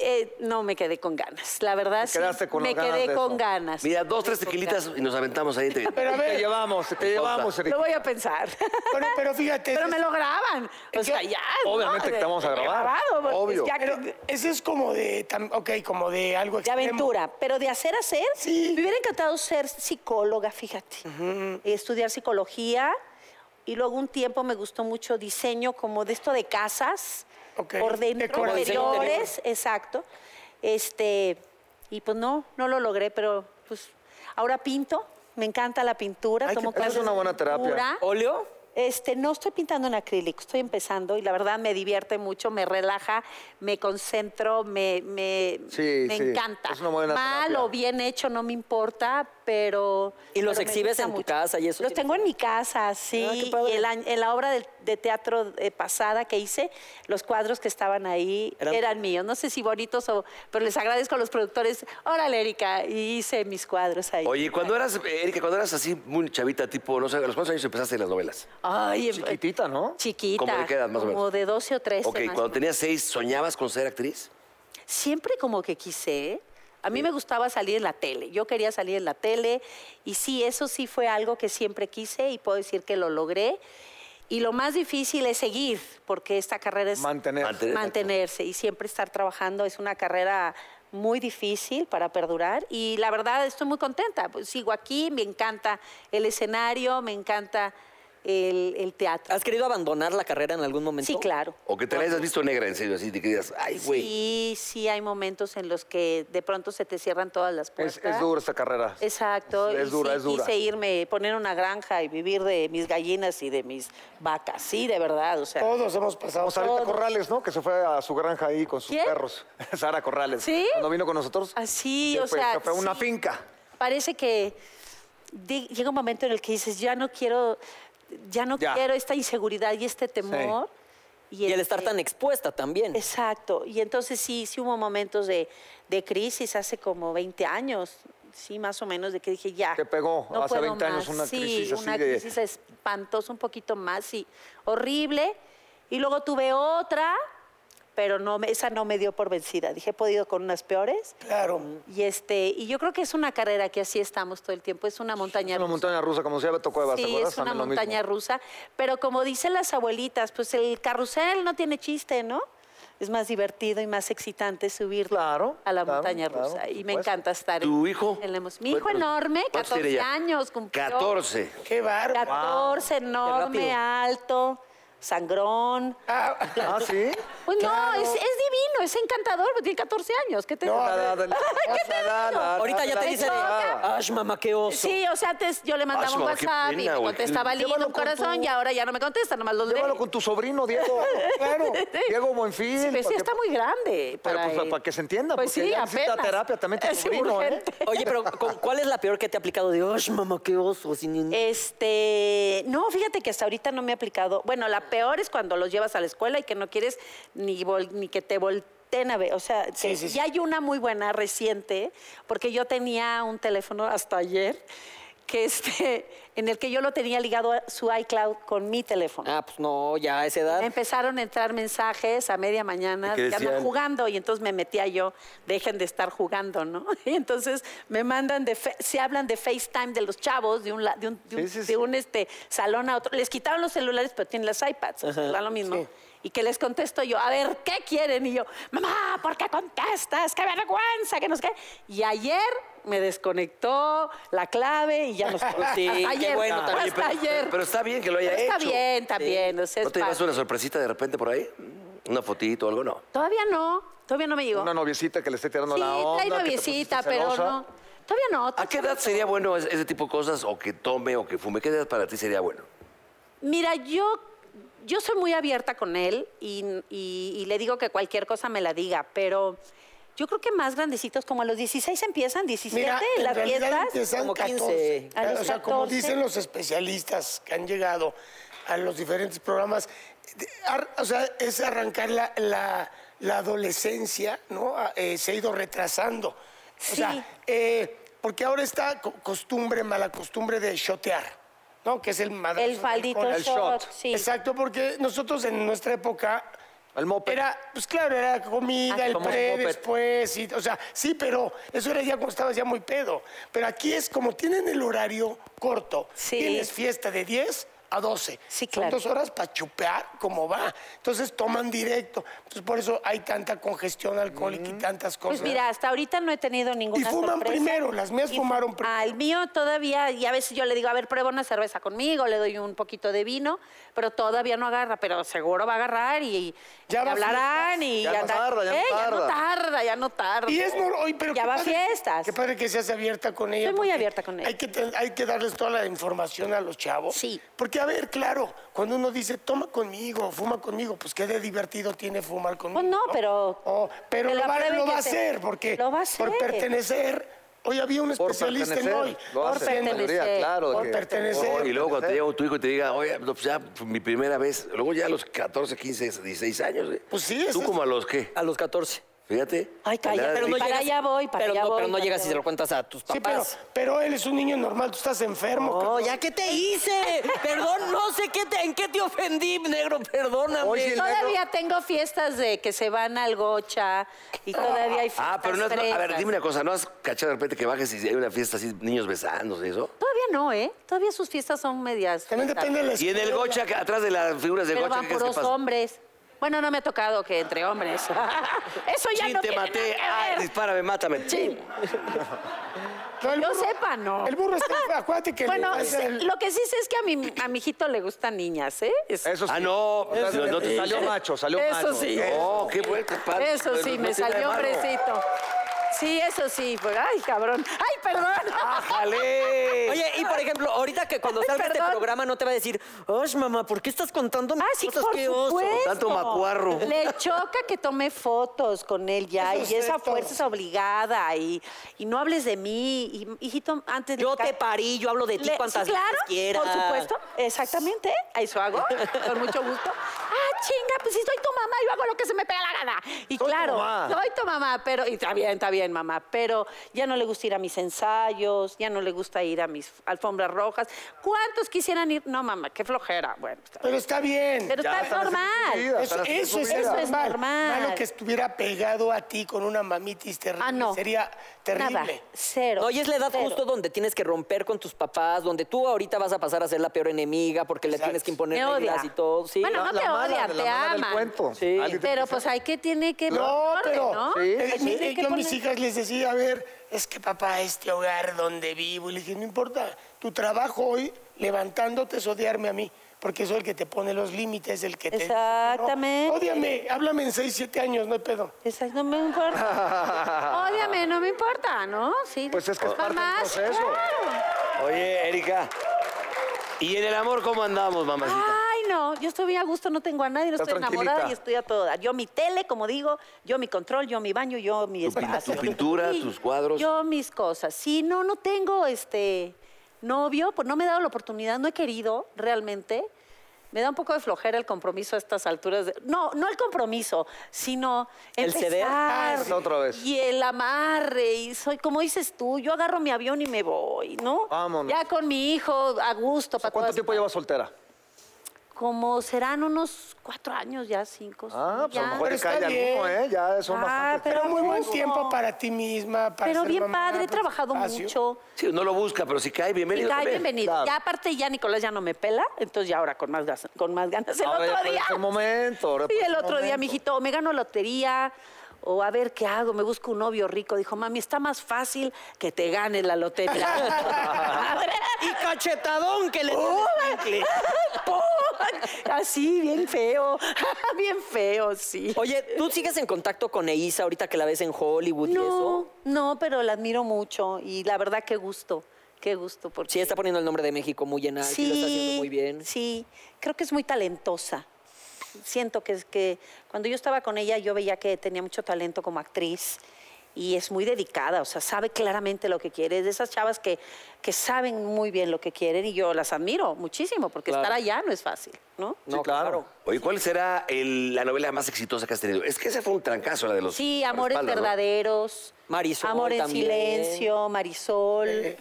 eh, no me quedé con ganas. La verdad, sí, quedaste con las me ganas quedé de con eso. ganas. Mira, dos, tres tequilitas y nos aventamos [laughs] ahí. te- Pero a Te ver, llevamos, te llevamos, Lo Eriquita. voy a [laughs] pensar. bueno, pero fíjate. Pero me lo graban. O sea, Yo- ya. Obviamente que te vamos a De- de grabar. grabado, porque Obvio. es ya que- Pero ese es como de, tam- ok, como de algo de extremo. aventura, pero de hacer hacer, me hubiera encantado ser psicóloga, fíjate. Eh, Estudiar psicología y luego un tiempo me gustó mucho diseño como de esto de casas, Ok, por dentro, decoración. interiores, exacto. Este, y pues no, no lo logré, pero pues ahora pinto, me encanta la pintura, Ay, tomo qué- esa es clases una de buena terapia. Eh, pintura. ¿Óleo? Este, no estoy pintando en acrílico, estoy empezando y la verdad me divierte mucho, me relaja, me concentro, me, me, Sí, me sí, encanta. es una buena Mal terapia. o bien hecho, no me importa, pero. ¿Y los pero me exhibes gusta en tu casa y eso Los tienes? tengo en mi casa, sí. Ah, qué padre. y el año- en la obra del- de, teatro eh, pasada que hice, los cuadros que estaban ahí Eran- eran, míos. No sé si bonitos o. Pero les agradezco a los productores. Órale, Erika, y hice mis cuadros ahí. Oye, cuando eras, eh, Erika, cuando eras así muy chavita, tipo, no sé, ¿a los cuántos años empezaste en las novelas? Ay, em- Chiquitita, ¿no? Chiquita. ¿Cómo de qué edad, más o menos? Como de 12 o 13. Ok, Este más o cuando menos. tenías seis, ¿soñabas con ser actriz? siempre como que quise. A mí me gustaba salir en la tele. Yo quería salir en la tele. Y sí, eso sí fue algo que siempre quise y puedo decir que lo logré. Y lo más difícil es seguir, porque esta carrera es Mantener. Mantener. mantenerse y siempre estar trabajando. Es una carrera muy difícil para perdurar y la verdad estoy muy contenta. Pues, Sigo aquí, me encanta el escenario, me encanta el, el teatro. ¿Has querido abandonar la carrera en algún momento? Sí, claro. O que te la hayas visto negra, en serio, así, de que digas, ay, güey. Sí, sí hay momentos en los que de pronto se te cierran todas las Es, puertas. es dura esta carrera. pues, Exacto. Es, es y dura, sí es dura. Quise irme, poner una granja y vivir de mis gallinas y de mis vacas. Sí, de verdad, o sea. Todos hemos pasado. Vamos a Sarita Todo. Corrales, ¿no? Que se fue a su granja ahí con sus ¿Quién? perros. [laughs] Sara Corrales. ¿Sí? Cuando vino con nosotros. Así, se o fue- sea, se fue a pues, una sí. finca. Parece que di- llega un momento en el que dices, ya no quiero, ya no Ya. quiero esta inseguridad y este temor. Y el estar este- tan expuesta también. Exacto. Y entonces sí, sí hubo momentos de, de crisis hace como 20 años, sí, más o menos, de que dije, ya. Te pegó hace puedo 20 años más. una sí, crisis así una de- crisis espantosa, un poquito más, sí, horrible. Y luego tuve otra, pero no, me- esa no me dio por vencida. Dije, he podido con unas peores. Claro. Y, este, y yo creo que es una carrera que así estamos todo el tiempo, es una montaña Es una montaña rusa, como se llama Tocueva, ¿te pues. Sí, acuerdas? es una También lo montaña mismo. rusa. Pero como dicen las abuelitas, pues el carrusel no tiene chiste, ¿no? Es más divertido y más excitante subir Claro, a la claro, montaña claro, rusa. por y me supuesto. encanta estar en- ¿Tu hijo? en la emoción. Mi hijo ¿Cuántos- enorme, cuántos tiene 14 ya? años cumplió. 14. Qué bárbaro. 14, enorme, rápido. alto, sangrón. Ah, Ah, ¿sí? [laughs] Pues no, es, es divino, es encantador, pero tiene 14 años. ¿Qué te No, a La- ver, la- la- ¿Qué te la- digo? la- Ahorita ya la- te la- dicen, la- ash, mamá, qué oso. Sí, o sea, antes yo le mandaba Ay, un mamá, qué WhatsApp y pena, me güey. contestaba lindo Llévalo un con corazón tu- y ahora ya no me contesta, nomás los Llévalo leo. con tu sobrino, [laughs] Diego. Claro. Diego Bonfín. Sí, Pues sí, porque- está muy grande. Pero pues, él. para que se entienda, Pues porque sí, ya necesita apenas. terapia también tu [laughs] Es sobrino, ¿eh? urgente. Oye, pero ¿con- ¿cuál es la peor que te ha aplicado de, ash, mamá, qué oso? sin ni- Este, no, fíjate que hasta ahorita no me he aplicado. Bueno, la peor es cuando los llevas a la escuela y que no quieres ni, vol- ni que te volteen a ver. O sea, Sí, que- sí, sí. y hay una muy buena reciente, porque yo tenía un teléfono hasta ayer, que este, en el que yo lo tenía ligado a su iCloud con mi teléfono. Ah, pues no, ya a esa edad. Eh. Empezaron a entrar mensajes a media mañana ¿Y qué que andan decían? jugando y entonces me metía yo, dejen de estar jugando, ¿no? [laughs] Y entonces me mandan de, fe- se hablan de FaceTime de los chavos de un, la- de un, de un- Sí, sí, de sí. un, este, salón a otro. Les quitaron los celulares, pero tienen las iPads, o sea, da lo mismo. Y que les contesto yo, a ver, ¿qué quieren? Y yo, mamá, ¿por qué contestas? ¡Qué vergüenza! Que nos qué. Y ayer me desconectó la clave y ya nos Sí, qué ayer, bueno hasta Oye, pero, ayer. pero está bien que lo haya Pero está hecho. bien, también. o sea, ¿No es te llevas parte. una sorpresita de repente por ahí? Mm, ¿Una fotito o algo? No. Todavía no, todavía no me llegó. Una noviecita que le esté tirando sí, la onda. trae que te noviecita, pusiste pero celosa. no. Todavía no. ¿A qué edad sería bueno es- ese tipo de cosas? O que tome o que fume. ¿Qué edad para ti sería bueno? Mira, yo, yo soy muy abierta con él y, y- y le digo que cualquier cosa me la diga, pero yo creo que más grandecitos, como a los 16 empiezan, 17, mira, en las realidad fiestas. empiezan como 15. 14. A los O sea, como 14. dicen los especialistas que han llegado a los diferentes programas, de- ar- o sea, es arrancar la, la- la adolescencia, ¿no? A- eh, se ha ido retrasando. O Sí. sea, eh, porque ahora está co- costumbre, mala costumbre de shotear, ¿no? Que es el madrazo El de faldito alcohol. el short, shot. sí. Exacto, porque nosotros en nuestra época. El moped. Era, pues claro, era comida, Ah, el famoso pre, moped. después, y- o sea, sí, pero eso era ya cuando estabas ya muy pedo. Pero aquí es como tienen el horario corto. Sí. Tienes fiesta de 10 a 12. Sí, Son claro. dos horas para chupear como va. Entonces toman directo. Entonces por eso hay tanta congestión alcohólica y tantas cosas. Pues mira, hasta ahorita no he tenido ninguna Y fuman sorpresa. primero, las mías Y- fumaron primero. Ah, el mío todavía, y a veces yo le digo, a ver, prueba una cerveza conmigo, le doy un poquito de vino, pero todavía no agarra, pero seguro va a agarrar y, y Ya va a hablarán y Ya no andan- tarda, ya no Eh, tarda. Ya no tarda, ya no tarda. Y es no, oye, pero Ya qué va a padre- fiestas. Qué padre que seas abierta con ella. Soy muy porque abierta con ella. Hay que, ten- hay que darles toda la información a los chavos. Sí. Porque, a ver, claro, cuando uno dice, toma conmigo, fuma conmigo, pues qué de divertido tiene fumar conmigo. Pues no, pero- Oh, pero que lo lo va, apruebe lo y va a que se- hacer, porque Lo va a hacer. por pertenecer. Hoy había un Por especialista pertenecer. en hoy. Lo Por hace la mayoría, pertenecer. claro. Por que- pertenecer. por- Y luego cuando te llega tu hijo y te diga, oye, no, pues ya fue mi primera vez. Luego ya a los 14, 15, 16 años. ¿eh? Pues sí, ¿Tú es- como a los qué? A los 14. Fíjate. Ay, Ah, cállate, La edad pero de- no Para allá voy, para pero allá no, voy, Pero no para llegas allá y se lo voy. cuentas a tus Sí, pero, papás. pero él es un niño normal, tú estás enfermo. Oh, No, cabrón. ya, ¿qué te hice? Perdón, no sé qué te- en qué te ofendí, negro, perdóname. Oye, el Todavía tengo fiestas de que se van al gocha y todavía hay fiestas Ah, pero no, has- no, a ver, fresas. dime una cosa, ¿no has cachado de repente que bajes y hay una fiesta así, niños besándose y eso? Todavía no, ¿eh? Todavía sus fiestas son medias. También depende de la Y en el escuela. gocha, que atrás de las figuras de Pero gocha, van ¿qué crees que puros pasa? hombres. Bueno, no me ha tocado que entre hombres. [laughs] Eso ya Chin, no te tiene maté, Ah, nada que ay, ver. dispárame, mátame. Sí. No, el Yo burro- sepa, no. El burro está. Acuérdate que. [laughs] Bueno, es se- el- lo que sí sé es que a mi, a mi hijito le gustan niñas, ¿eh? Es- Eso sí. Ah, no, Eso- no, no te- salió macho, salió Eso macho. Eh, sí. Oh, qué vuelta, padre. eso No, sí, no me tiene salió nada de malo. hombrecito. Sí, eso sí. pues, ay, cabrón. Ay, perdón. ¡Ájale! Oye, y por ejemplo, ahorita que cuando Ay, salga este perdón. programa no te va a decir, ¡Ay, mamá, ¿por qué estás contando Ah, sí, cosas por que oso?" supuesto. Tanto macuarro. Le choca que tome fotos con él ya Eso es y esa cierto. fuerza es obligada y, y no hables de mí. Y, hijito, antes... Yo le ca- te parí, yo hablo de ti Le- cuantas sí, claro, veces quieras. Por supuesto, exactamente. Eso hago, con mucho gusto. Ah, chinga, pues si soy tu mamá, yo hago lo que se me pega la gana. Y Soy tu claro, mamá. soy tu mamá, pero. Y está bien, está bien, mamá. Pero ya no le gusta ir a mis ensayos, ya no le gusta ir a mis alfombras rojas. ¿Cuántos quisieran ir? No, mamá, qué flojera. Bueno, está bien. Pero está bien. Pero Ya están está haciendo su normal. vida, Eso, están haciendo eso su es, vida. Eso es normal. normal. Malo que estuviera pegado a ti con una mamitis terrible. Ah, no. Sería terrible. Nada, cero. No, y es la edad cero. justo donde tienes que romper con tus papás, donde tú ahorita vas a pasar a ser la peor enemiga porque le Exacto. tienes que imponer Me odia. reglas y todo. Sí. Bueno, La- no la te mala, odia, la te mala del aman. cuento. Sí. Alguien tiene Pero que pues hay que tiene que No, orden, pero ¿no? Sí. eh, Hay mi- que eh, yo a mis poner- hijas les decía, a ver, es que papá, este hogar donde vivo, y le dije, no importa, tu trabajo hoy levantándote es odiarme a mí, porque soy el que te pone los límites, el que te... dice, no, Exactamente. ódiame, háblame en 6, 7 años, no hay pedo. Exacto, no me [laughs] importa. Ódiame, no me importa, ¿no? Sí. Pues es que es parte del Mamás, proceso. claro. Oye, Erika. ¿Y en el amor cómo andamos, mamacita? Ay, no, yo estoy bien a gusto, no tengo a nadie, no Estás estoy enamorada tranquilita. y estoy a toda. Yo mi tele, como digo, yo mi control, yo mi baño, yo mi Tu pin- espacio. tu pintura, Sí, tus cuadros. Yo mis cosas. Sí, no, no tengo este novio, pues no me he dado la oportunidad, no he querido realmente. Me da un poco de flojera el compromiso a estas alturas. de- No, no el compromiso, sino ¿El ceder? empezar Ah, sí. Otra vez. Y el amarre, y soy, como dices tú, yo agarro mi avión y me voy, ¿no? Vámonos. Ya con mi hijo, a gusto. para ¿Cuánto todas tiempo llevas soltera? como serán unos cuatro años ya, cinco. Ah, sí, pues a ya. lo mejor Pero te está cae bien. alguno, ¿eh? Ya son Ah, bastantes. pero Pero muy buen justo. tiempo para ti misma, para Pero ser bien mamá, padre, he para tu trabajado espacio. mucho. Sí, no lo busca, pero si cae, Y bienvenido. cae también. bienvenido. Claro. Ya aparte ya Nicolás ya no me pela, entonces ya ahora con más, gas- con más ganas el Ahora ya otro puede día. ser momento, ahora Y puede el ser otro día, momento. mijito, me gano lotería o a ver qué hago, me busco un novio rico. Dijo, mami, está más fácil que te ganes [laughs] la lotería. [laughs] Madre. Y cachetadón que le tienes, Micle. ¡Pum! Así, bien feo. [laughs] bien feo, sí. Oye, ¿tú sigues en contacto con Eisa ahorita que la ves en Hollywood y No, eso? no, pero la admiro mucho y la verdad qué gusto, qué gusto. Porque... Sí, está poniendo el nombre de México muy en alto y lo está haciendo muy bien. Sí, creo que es muy talentosa. Siento que, es que cuando yo estaba con ella yo veía que tenía mucho talento como actriz y es muy dedicada, o sea, sabe claramente lo que quiere. Es de esas chavas que, que saben muy bien lo que quieren y yo las admiro muchísimo porque Claro. estar allá no es fácil, ¿no? Sí, claro. Oye, ¿cuál será el- la novela más exitosa que has tenido? Es que esa fue un trancazo, la de los. Sí, Amores espaldas, ¿no? Verdaderos. Marisol Amor en también. Silencio, Eh. Marisol.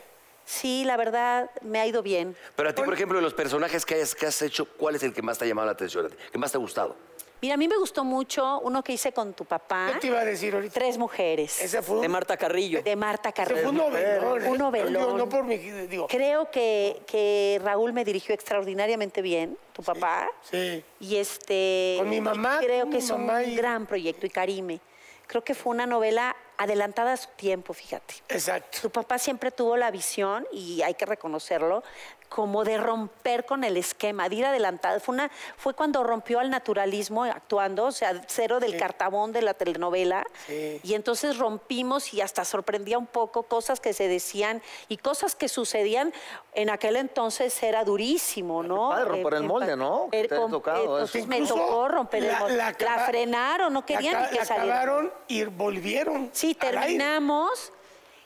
Sí, la verdad, me ha ido bien. Pero a ti, por ejemplo, de los personajes que, hayas- que has hecho, ¿cuál es el que más te ha llamado la atención? a ti? ¿Qué más te ha gustado? Mira, a mí me gustó mucho uno que hice con tu papá. ¿Qué te iba a decir ahorita? ¿Ah? Tres mujeres. Ese fue De un, Marta Carrillo. De Marta ese fue Carrillo. un novelón. ¿eh? Un novelón. Digo, no por mi... Digo, Creo que, que Raúl me dirigió extraordinariamente bien, tu papá. sí. Y este. Con mi y mamá, Creo con que mi es mamá un y- gran proyecto. Y Karime. Creo que fue una novela adelantada a su tiempo, fíjate. Exacto. Su papá siempre tuvo la visión, y hay que reconocerlo, como de romper con el esquema, de ir adelantado. Fue, una, fue cuando rompió al naturalismo actuando, o sea, cero del cartabón de la telenovela. Sí. Y entonces rompimos y hasta sorprendía un poco cosas que se decían y cosas que sucedían en aquel entonces era durísimo, ¿no? padre romper el Eh, molde, ¿no? Que eh, te haya com- tocado eso. entonces me Incluso tocó romper el la- molde. La, acaba- frenaron, no querían la, ni aca- la que saliera. acabaron y volvieron. Sí, al aire. terminamos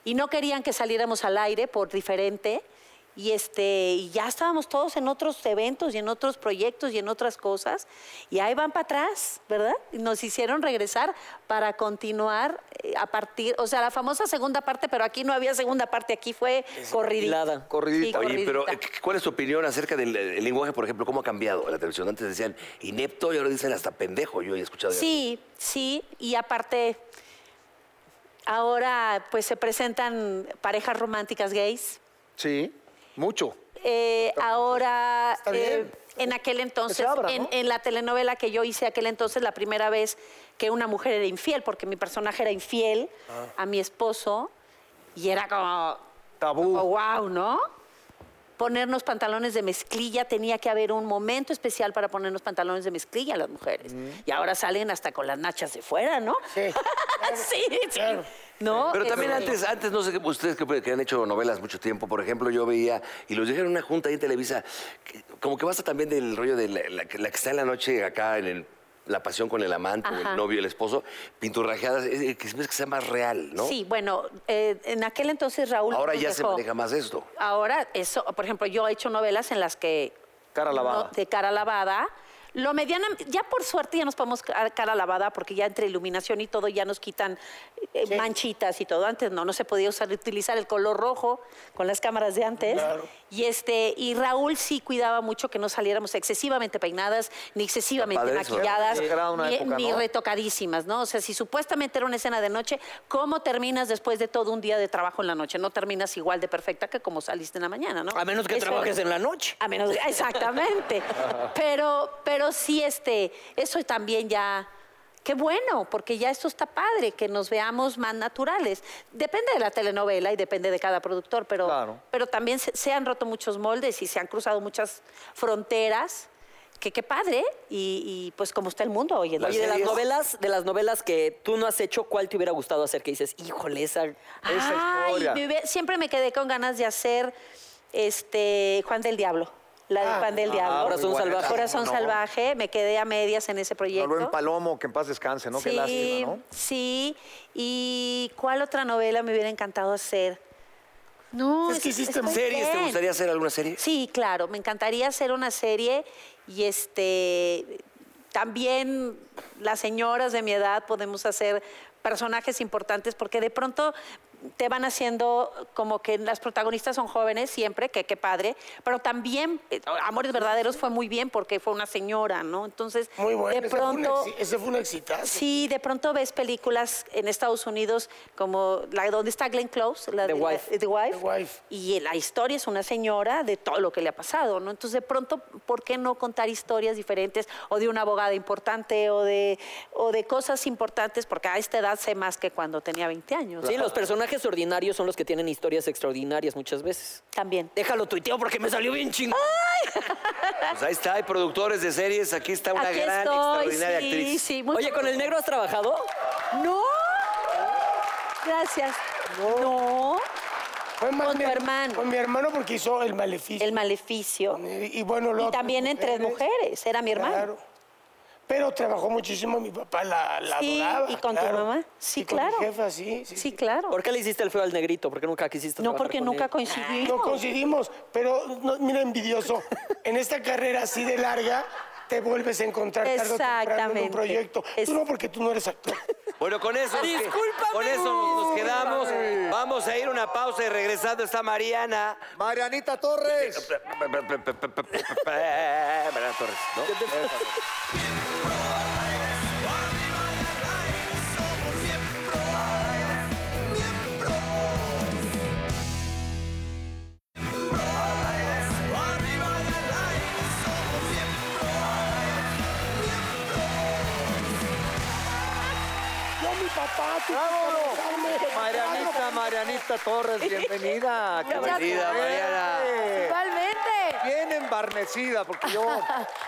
y no querían que saliéramos al aire por diferente. Y, este, y ya estábamos todos en otros eventos y en otros proyectos y en otras cosas. Y ahí van para atrás, ¿verdad? Y Nos hicieron regresar para continuar eh, a partir, o sea, la famosa segunda parte, pero aquí no había segunda parte, aquí fue corridita. hilada. Corridita. Sí, Oye, pero corridita. eh, ¿cuál es tu opinión acerca del el lenguaje, por ejemplo? ¿Cómo ha cambiado en la televisión? Antes decían inepto y ahora dicen hasta pendejo. Yo he escuchado. ya. Sí, sí, y aparte ahora pues se presentan parejas románticas gays. Sí, mucho. Eh, ahora, bien. eh, en aquel entonces, abra, en, ¿no? en la telenovela que yo hice aquel entonces, la primera vez que una mujer Ah. era infiel, porque mi personaje era infiel a mi esposo, y era como, Tabú. Oh, wow, ¿no? Ponernos pantalones de mezclilla, tenía que haber un momento especial para ponernos pantalones de mezclilla las mujeres. Y ahora salen hasta con las nachas de fuera, ¿no? Mm. [laughs] Sí. sí, sí. claro. No, Este, Pero es- también antes, antes no sé, qué- ustedes que, que han hecho novelas mucho tiempo, por ejemplo, yo veía, y los dijeron en una junta ahí en Televisa, que- como que basta también del rollo de la, la que- la que está en la noche acá en el- la pasión con el amante, o Ajá. el novio, el esposo, pinturrajeadas, es- es que es que sea más real, ¿no? Sí, bueno, eh, en aquel entonces Raúl. Ahora nos ya se dejó. maneja más esto. Ahora, eso, por ejemplo, yo he hecho novelas en las que. Cara lavada. no- de cara lavada. Lo mediana, ya por suerte ya nos podemos ca- cara lavada porque ya entre iluminación y todo ya nos quitan eh, manchitas y todo. Antes no, no se podía usar, utilizar el color rojo con las cámaras de antes. Claro. Y este, y Raúl sí cuidaba mucho que no saliéramos excesivamente peinadas, ni excesivamente padre eso, ¿eh? maquilladas, Sí, era una ni, época, ni ¿no? retocadísimas, ¿no? O sea, si supuestamente era una escena de noche, ¿cómo terminas después de todo un día de trabajo en la noche? No terminas igual de perfecta que como saliste en la mañana, ¿no? A menos que Eso era. trabajes en la noche. [laughs] A menos, exactamente. pero, pero sí, este, eso también ya. Qué bueno, porque ya esto está padre, que nos veamos más naturales. Depende de la telenovela y depende de cada productor, pero, Claro. pero también se, se han roto muchos moldes y se han cruzado muchas fronteras. Que qué padre, y, y, pues como está el mundo hoy en Las Oye, día. de las series. novelas, de las novelas que tú no has hecho, ¿cuál te hubiera gustado hacer? Que dices, híjole, esa. Ay, historia. me hubie- siempre me quedé con ganas de hacer este Juan del Diablo. La Ah, de Juan del Diablo. Corazón buena. Salvaje. Corazón No. Salvaje. Me quedé a medias en ese proyecto. Manuel Palomo, que en paz descanse, ¿no? Qué lástima, ¿no? Sí. ¿Y cuál otra novela me hubiera encantado hacer? No, Es que hiciste estoy ¿Series? ¿Te bien. gustaría hacer alguna serie? Sí, claro, me encantaría hacer una serie y este también las señoras de mi edad podemos hacer personajes importantes porque de pronto te van haciendo como que las protagonistas son jóvenes siempre, que qué padre, pero también eh, Amores Verdaderos fue muy bien porque fue una señora, ¿no? Entonces, Muy bueno. de ese fue un pronto exi- Ese fue un exitazo. Sí, de pronto ves películas en Estados Unidos como la donde está Glenn Close, la The de la- Wife. The The Wife. Wife. Y la historia es una señora de todo lo que le ha pasado, ¿no? Entonces, de pronto, ¿por qué no contar historias diferentes o de una abogada importante o de, o de cosas importantes? Porque a esta edad sé más que cuando tenía 20 años. Sí, los personajes ordinarios son los que tienen historias extraordinarias muchas veces. También. Déjalo tuiteo porque me salió bien chingón. Pues ahí está, hay productores de series, aquí está una Aquí gran, estoy, extraordinaria sí, actriz. sí. muy- Oye, ¿con el negro has trabajado? ¡No! Gracias. no. Fue más Con mi- tu hermano. Con mi hermano porque hizo el maleficio. El maleficio. Y bueno, lo Y también en Tres Mujeres, era mi hermano. Claro. Pero trabajó muchísimo, mi papá la, la Sí, adoraba, y con tu claro. mamá. Sí, Y claro. Con mi jefa, sí. sí, Sí, sí. claro. ¿Por qué le hiciste el feo al negrito? ¿Por qué nunca quisiste No, trabajar porque con nunca él? coincidimos. No coincidimos, pero no, mira, envidioso. en esta carrera así de larga, te vuelves a encontrar tarde o temprano en Exactamente. un proyecto. Es- Tú no, porque tú no eres actor. Bueno, con eso, con eso nos, nos quedamos. Vamos a ir a una pausa y regresando está Mariana. Marianita Torres. Mariana Torres, ¿no? Yo, mi papá, tú. ¡Bravo! Marianita, Marianita [laughs] Torres, bienvenida. Qué Muchas Bienvenida, Mariana. Igualmente. Bien embarnecida, porque [laughs] yo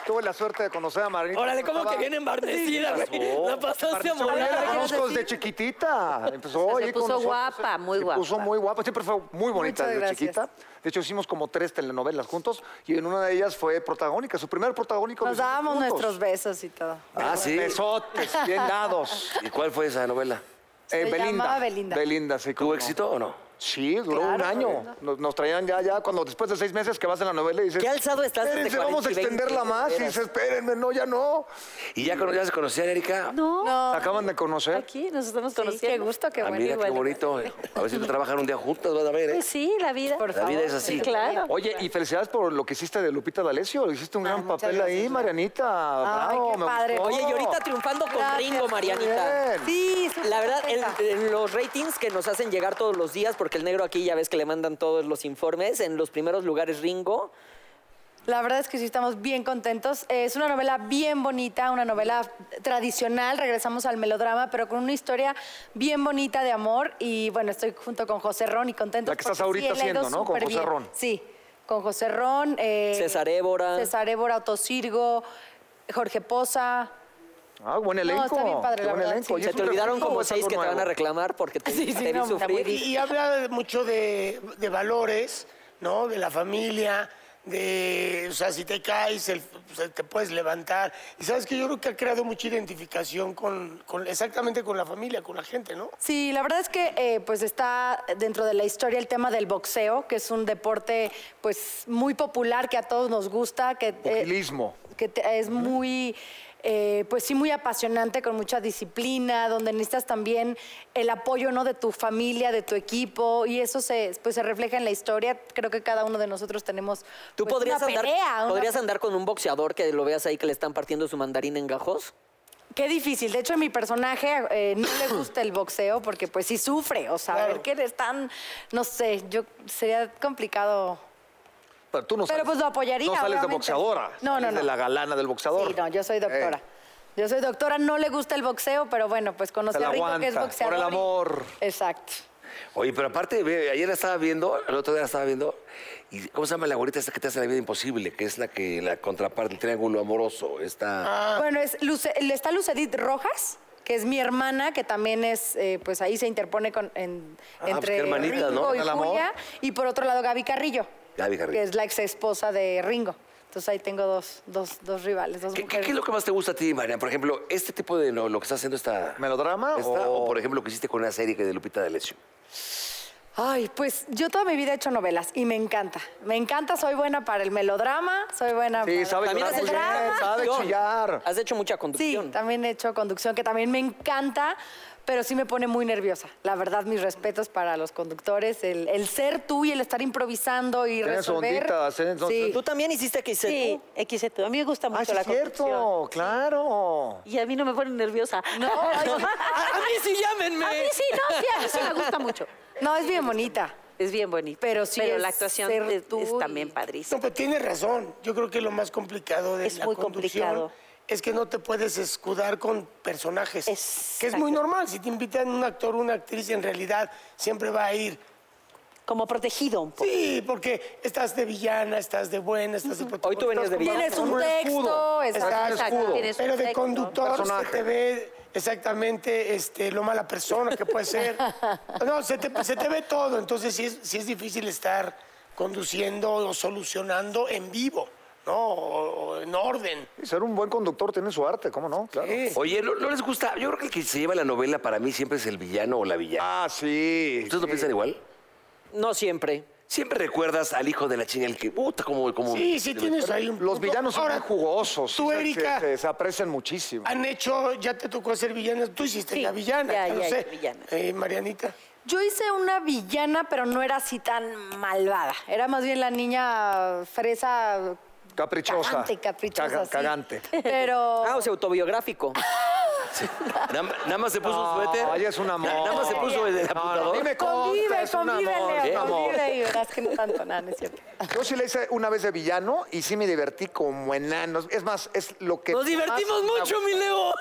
tuve la suerte de conocer a Marianita. Órale, ¿cómo que viene embarnecida, güey? La pasaste a Yo morir. la ¿qué conozco quieres desde chiquitita. Empezó Se ahí puso con nosotros. guapa, muy Se guapa. puso muy guapa. Siempre fue muy bonita Muchas desde gracias. chiquita. De hecho, hicimos como tres telenovelas juntos y en una de ellas fue protagónica. Su primer protagónico. Nos dábamos Pues, nuestros besos. besos y todo. Ah, sí. Besotes, bien dados. ¿Y cuál fue esa novela? Eh, Se llamaba Belinda. Belinda, sí. ¿Tuvo cómo no. éxito o no? Sí, duró Claro, un año. Belinda. Nos, nos traían ya, ya, cuando después de seis meses que vas en la novela y dices... ¿Qué alzado estás desde Espérense, vamos a 40 y 20, extenderla más. Y veras? dices, espérenme, no, ya no. ¿Y ya, cono- ya se conocían, Erika? No. Acaban de conocer. Aquí nosotros nos Sí, conocíamos. qué qué gusto, qué Ah, bueno. mira, qué bonito. A ver si tú trabajan un día juntas, vas a ver, ¿eh? Pues sí, la vida. Por La favor. vida es así. Sí, claro. Oye, y felicidades por lo que hiciste de Lupita D'Alessio. Hiciste un Ah, gran muchas papel ahí, gracias. Marianita. Ay, Bravo, qué me padre. gustó. Oye, y ahorita triunfando con Gracias, Ringo, muy Marianita. bien. Sí, súper La verdad, el- contenta. en los ratings que nos hacen llegar todos los días, porque el negro aquí ya ves que le mandan todos los informes, en los primeros lugares Ringo, La verdad es que sí estamos bien contentos. Es una novela bien bonita, una novela tradicional. Regresamos al melodrama, pero con una historia bien bonita de amor. Y bueno, estoy junto con José Ron y contento. La que estás ahorita haciendo, ¿no? Con José Ron. Sí, con José Ron. eh, César Évora. César Évora, Otosirgo, Jorge Poza. Ah, buen No, elenco. está bien padre, qué la buen verdad, elenco. sí. Oye, Se ¿es te un olvidaron refresco o como es seis algo que te van a nuevo? reclamar porque te, [laughs] Sí, sí, te vi no, está muy sufrir. Y, y habla mucho de, de valores, ¿no? De la familia, de, o sea, si te caes, el- o sea, te puedes levantar. Y sabes que yo creo que ha creado mucha identificación con, con- exactamente con la familia, con la gente, ¿no? Sí, la verdad es que eh, pues está dentro de la historia el tema del boxeo, que es un deporte pues muy popular que a todos nos gusta, que eh, Pugilismo. que te- es muy, eh, pues sí, muy apasionante, con mucha disciplina, donde necesitas también el apoyo ¿no? de tu familia, de tu equipo, y eso se, pues, se refleja en la historia. Creo que cada uno de nosotros tenemos ¿Tú pues, podrías, una andar, pelea. una- podrías andar con un boxeador que lo veas ahí que le están partiendo su mandarín en gajos? Qué difícil. De hecho, a mi personaje eh, no le gusta el boxeo porque pues sí sufre. O sea, Claro. ver que le están, no sé, yo sería complicado. Pero tú no Pero sales- pues lo apoyaría. No sales de obviamente. boxeadora. No, no, sales no. de la galana del boxeador. Sí, no, yo soy doctora. Eh, Yo soy doctora, no le gusta el boxeo, pero bueno, pues conoce Se la a Rico que es aguanta, boxeador. por el y- amor. Exacto. Oye, pero aparte, ve, ayer la estaba viendo, el otro día la estaba viendo, y ¿cómo se llama la gorita esta que te hace la vida imposible? Que es la que la contraparte, el triángulo amoroso, esta... Bueno, es Luce- está Lucedit Rojas, que es mi hermana, que también es, eh, pues ahí se interpone con, en- Ah, entre pues qué hermanita, Ringo ¿no? y Al amor. Julia. Y por otro lado, Gaby Carrillo, Gaby Carrillo. que es la ex esposa de Ringo. Entonces ahí tengo dos, dos, dos rivales, dos ¿Qué, qué- mujeres. qué es lo que más te gusta a ti, Mariana? Por ejemplo, este tipo de no- lo que está haciendo esta... ¿Melodrama esta, o- o... por ejemplo, lo que hiciste con una serie que de Lupita D'Alessio. Ay, pues yo toda mi vida he hecho novelas y me encanta. Me encanta, soy buena para el melodrama, soy buena Sí, para sabe para llorar el muy bien, drama. sabe Conducción. chillar. Has hecho mucha Sí, conducción. también he hecho conducción, que también me encanta, pero sí me pone muy nerviosa. La verdad, mis respetos para los conductores. El, el ser tú y el estar improvisando y Tienes resolver. onditas, ¿eh? Entonces- sí. Tú también hiciste que hice Sí, tú. XZ. A mí me gusta mucho Ah, sí, la es cierto, conducción. claro. Y a mí no me pone nerviosa. No, Ay, a A mí sí, llámenme. mí sí, no, sí, a mí sí me gusta mucho. No, es bien bonita. Es bien bonito. Pero sí Pero es la actuación ser es, tú es y- también No, padrísima. pero tienes razón. Yo creo que lo más complicado de Es la muy conducción complicado. es que no te puedes escudar con personajes. Que es Exacto. muy normal. Si te invitan un actor o una actriz, en realidad siempre va a ir. Como protegido un poco. Sí, porque estás de villana, estás de buena, estás de protagonista. Hoy tú venías de estás villana. Tienes un como texto, exacto. Exacto, escudo. tienes un Pero de texto. conductor se Personaje. te ve exactamente este, lo mala persona que puede [laughs] ser. No, se te, se te ve todo. Entonces sí es, sí es difícil estar conduciendo o solucionando en vivo, ¿no? O, o en orden. Y ser un buen conductor tiene su arte, ¿cómo no? Claro. Oye, ¿no, no les gusta? Yo creo que el que se lleva la novela para mí siempre es el villano o la villana. Ah, sí. ¿Ustedes no piensan igual? No siempre. Siempre recuerdas al hijo de la chinga, el que... Puta, como... como Sí, sí tienes ahí un Los punto. villanos son Ahora, muy jugosos. Tú, se- se- Erika, Se, se aprecian muchísimo. han hecho, ya te tocó ser villana. Tú hiciste Sí, la villana, ya, ya, lo ya, sé. villana. Eh, Marianita. Yo hice una villana, pero no era así tan malvada. Era más bien la niña fresa. Caprichosa. Cagante, caprichosa. Caga- sí. cagante. [laughs] Pero. Ah, o sea, autobiográfico. [laughs] Nada, nada más se puso un suéter. Ay, es un amor. Nada más se puso el apuntador. Dime Convive, es un convive, amor, es un Leo, amor. convive. Y verás que no tanto, nada, no es cierto. Yo sí le hice una vez de villano y sí me divertí como enanos. Es más, es lo que. Nos más divertimos me mucho, ha- mi Leo.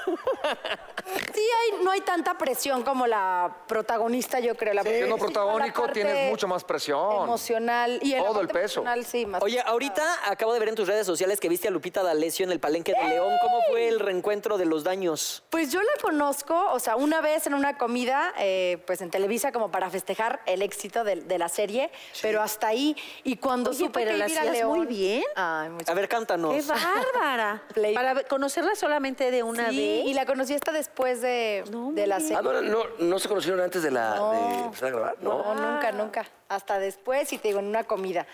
Sí, hay- no hay tanta presión como la protagonista, yo creo. La Siendo sí, protagónico la parte tienes mucho más presión. Emocional. Y en la Todo el parte peso. emocional, sí, más Oye, ahorita acabo de ver en tus redes sociales que viste a Lupita D'Alessio en el Palenque de León. ¿Cómo fue el reencuentro de los daños? Pues yo la conozco, o sea, una vez en una comida, eh, pues en Televisa, como para festejar el éxito de, de la serie, pero hasta ahí. Y cuando Oye, supe pero que la iba a hacías León- muy bien. Ay, muchas A ver, cántanos. [laughs] ¡Qué bárbara! Play- Para ve- conocerla solamente de una Sí, vez. y la conocí hasta después de, No, de muy la bien. serie. Ah, no, no, no se conocieron antes de la de empezar a grabar, ¿no? No, Ah. nunca, nunca. Hasta después, y te digo, en una comida.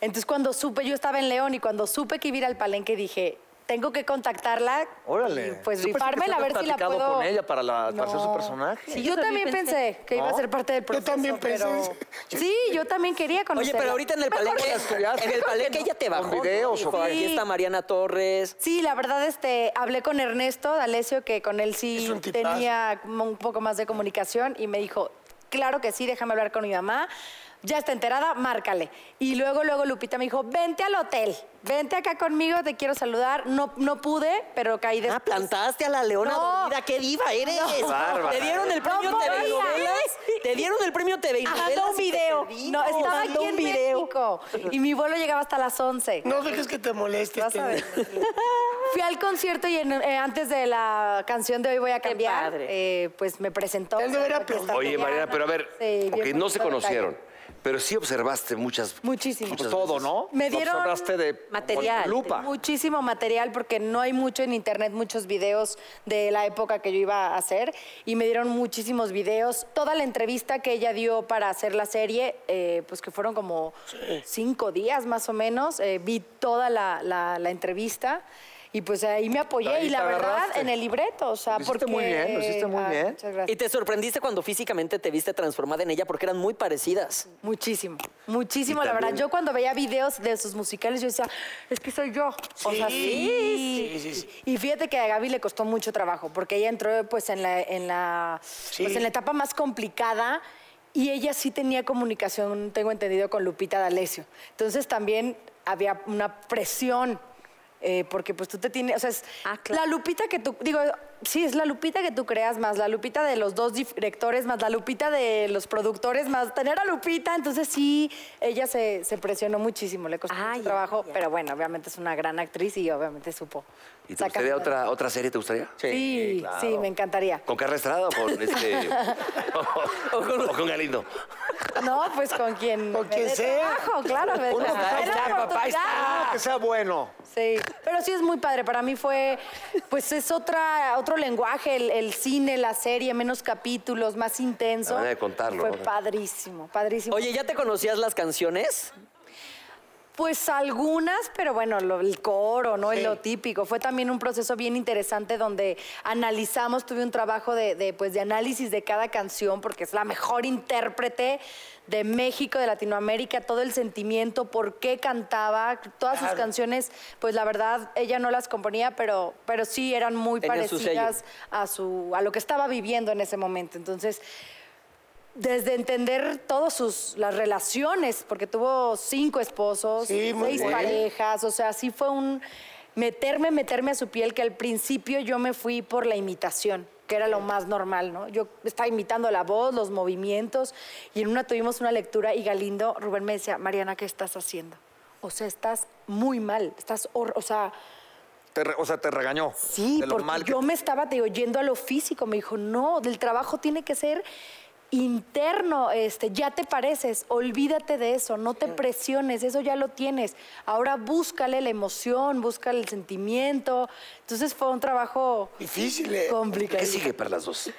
Entonces, cuando supe, yo estaba en León, y cuando supe que iba a ir al palenque, dije, tengo que contactarla. Órale. y, pues Yo pensé que rifármela, a ver si la habías platicado puedo... con ella para la- para hacer su personaje. Sí, yo yo también también pensé que iba a ¿No? ser parte del proceso. también pensé pero- eso. [laughs] Sí, yo también quería Oye, conocerla. pero ahorita en el Mejor Palenque. que- [laughs] En el Palenque ella te bajó. Con ¿no? videos, Dijo, Sofía. Aquí está Mariana Torres. Sí, la verdad, este, hablé con Ernesto D'Alessio, que con él Es sí un tipazo. tenía como un poco más de comunicación, y me dijo, claro que sí, déjame hablar con mi mamá. ya está enterada, márcale. Y luego, luego Lupita me dijo, vente al hotel, vente acá conmigo, te quiero saludar. No, no pude, pero caí de... Ah, plantaste a la leona No. dormida. ¡Qué diva eres! Bárbara. Te dieron el premio No TV podía. Novelas. Te dieron el premio TV Ah, Novelas. Mandó un y te video. perdí. No, estaba mandó aquí un en video. México y mi vuelo llegaba hasta las 11. No dejes que te moleste. este Vas a ver. Fui al concierto y en- eh, antes de la canción de hoy voy a cambiar, padre. eh, pues me presentó. Él debería aplaudir. Oye, Mariana, pero a ver, Sí, bien ok, no se bonito conocieron, detalle. pero sí observaste muchas... Muchísimo. muchas Pues Todo, veces. ¿no? Me Lo dieron observaste de material. con lupa. Muchísimo material porque no hay mucho en internet, muchos videos de la época que yo iba a hacer y me dieron muchísimos videos. Toda la entrevista que ella dio para hacer la serie, eh, pues que fueron como cinco días más o menos, eh, vi toda la, la- la entrevista. Y pues ahí me apoyé, Ahí y la te verdad, agarraste. en el libreto, o sea, Lo hiciste porque... muy bien, lo hiciste muy Ay, bien. Muchas gracias. Y te sorprendiste cuando físicamente te viste transformada en ella porque eran muy parecidas. Muchísimo, muchísimo, la verdad. Yo cuando veía videos de sus musicales, yo decía, es que soy yo. o sea, sí. Y fíjate que a Gaby le costó mucho trabajo, porque ella entró pues en la, en la, pues, en la etapa más complicada. Y ella sí tenía comunicación, tengo entendido, con Lupita D'Alessio. Entonces también había una presión, eh, porque pues tú te tienes, o sea, es Ah, claro. la Lupita que tú, digo, sí, es la Lupita que tú creas más, la Lupita de los dos directores más, la Lupita de los productores más, tener a Lupita, entonces sí, ella se, se presionó muchísimo, le costó Ah, mucho ya, trabajo, ya. pero bueno, obviamente es una gran actriz y obviamente supo. ¿Y te sacar gustaría adelante. otra, otra serie? ¿Te gustaría? Sí, sí, me encantaría. ¿Con Carla Estrada o con este... o, con... Galindo? No, pues con quien. Con me quien dé sea. trabajo, claro, me Uno me que dé la está, oportunidad. Ah, Que sea bueno. Sí, pero sí es muy padre. Para mí fue, pues es otra, otro lenguaje, el, el cine, la serie, menos capítulos, más intenso. La manera de contarlo, Fue ¿no? padrísimo, padrísimo. Oye, ¿ya te conocías las canciones? Pues algunas, pero bueno, lo- el coro, ¿no? Y lo típico. Fue también un proceso bien interesante donde analizamos, tuve un trabajo de, de, pues, de análisis de cada canción, porque es la mejor intérprete de México, de Latinoamérica, todo el sentimiento, por qué cantaba, todas sus canciones, pues la verdad, ella no las componía, pero, pero sí eran muy Tenía su sello. parecidas a, su, a lo que estaba viviendo en ese momento. Entonces, desde entender todas sus las relaciones, porque tuvo cinco esposos, Sí, muy seis bueno. parejas, o sea, sí fue un meterme, meterme a su piel, que al principio yo me fui por la imitación, que era lo más normal, ¿no? Yo estaba imitando la voz, los movimientos, y en una tuvimos una lectura y Galindo, Rubén me decía, Mariana, ¿qué estás haciendo? O sea, estás muy mal, estás, hor- o sea, Te re- o sea, te regañó. Sí, de lo porque mal que yo me estaba te digo, yendo a lo físico. Me dijo, no, el trabajo tiene que ser interno, este, ya te pareces, olvídate de eso, no te presiones, eso ya lo tienes. Ahora búscale la emoción, búscale el sentimiento. Entonces fue un trabajo Difícil, ¿eh? complicado. ¿Qué sigue para las dos?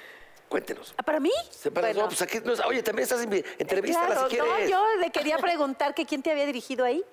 Cuéntenos. ¿Ah, ¿Para mí? Se- para las Bueno, dos, pues, aquí nos- Oye, también estás en mi entrevista, claro, si quieres. No, yo le quería preguntar que quién te había dirigido ahí.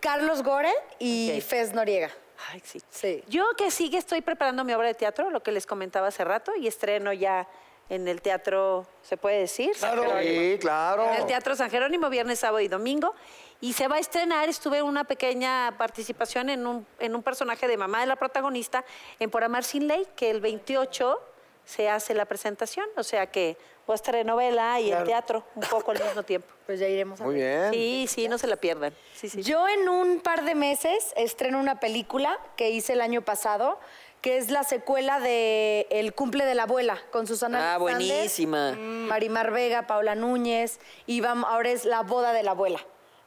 Carlos Gore y Ok. Fez Noriega. Ay, sí. Sí. Yo que sigue estoy preparando mi obra de teatro, lo que les comentaba hace rato, y estreno ya en el teatro, ¿se puede decir? Claro. Sí, claro. En el Teatro San Jerónimo, viernes, sábado y domingo. Y se va a estrenar, estuve en una pequeña participación en un, en un personaje de mamá de la protagonista en Por Amar Sin Ley, que el 28 se hace la presentación. O sea que voy a estar en novela y en teatro un poco al mismo tiempo. Pues ya iremos a Muy ver. bien. Sí, sí, no se la pierdan. Sí, sí. Yo en un par de meses estreno una película que hice el año pasado, que es la secuela de El cumple de la abuela con Susana Ah, Alexander, buenísima. Marimar Vega, Paula Núñez y vam- ahora es La boda de la abuela.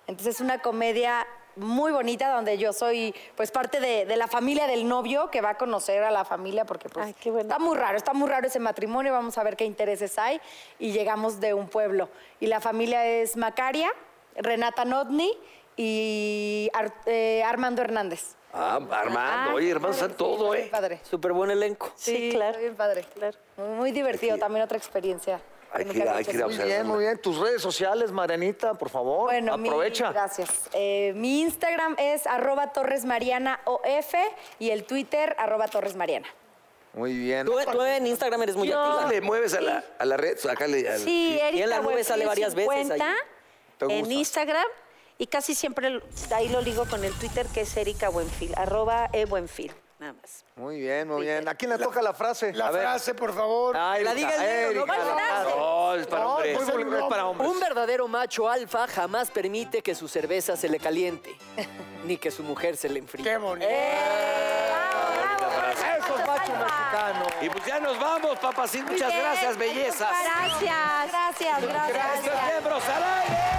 Entonces es una comedia muy bonita donde yo soy pues parte de, de la familia del novio que va a conocer a la familia porque pues Ay, qué bueno. está muy raro, está muy raro ese matrimonio, vamos a ver qué intereses hay y llegamos de un pueblo y la familia es Macaria, Renata Notni y Ar- eh, Armando Hernández. Ah, Armando, Ah, oye, hermano, están todo, Muy ¿eh? padre. Súper buen elenco. Sí, claro. Muy bien padre. Claro. Muy, muy divertido, también otra experiencia. Hay que nunca ir a- había hay que hecho ir a así. Muy bien, muy bien. Tus redes sociales, Marianita, por favor. Bueno, mi- aprovecha. gracias. Eh, mi Instagram es arroba torresmarianaof y el Twitter arroba torresmariana. Muy bien. Tú, tú en Instagram eres muy ¿Tú activa. le mueves a la, a la red? Acá le, al- Sí, Erika en la nube Buenfil sale varias veces ahí. 50, ¿Te en gusta? Instagram y casi siempre lo- ahí lo ligo con el Twitter que es Erika Buenfil, arroba e Buenfil. nada más. Muy bien, muy bien. ¿A quién le toca la frase? La a ver. frase, por favor. Ah, La Erika, diga el negro, ¿no? Erika, ¿Cuál la frase? frase. No, es para No, hombres. pues, Muy vulgar, es para hombres. Un verdadero macho alfa jamás permite que su cerveza se le caliente, [laughs] ni que su mujer se le enfríe. Qué bonito. Eso, macho mexicano. Y pues ya nos vamos, papacín. Muchas Bien, gracias, bellezas. Gracias. Gracias, gracias. Gracias, miembros al aire.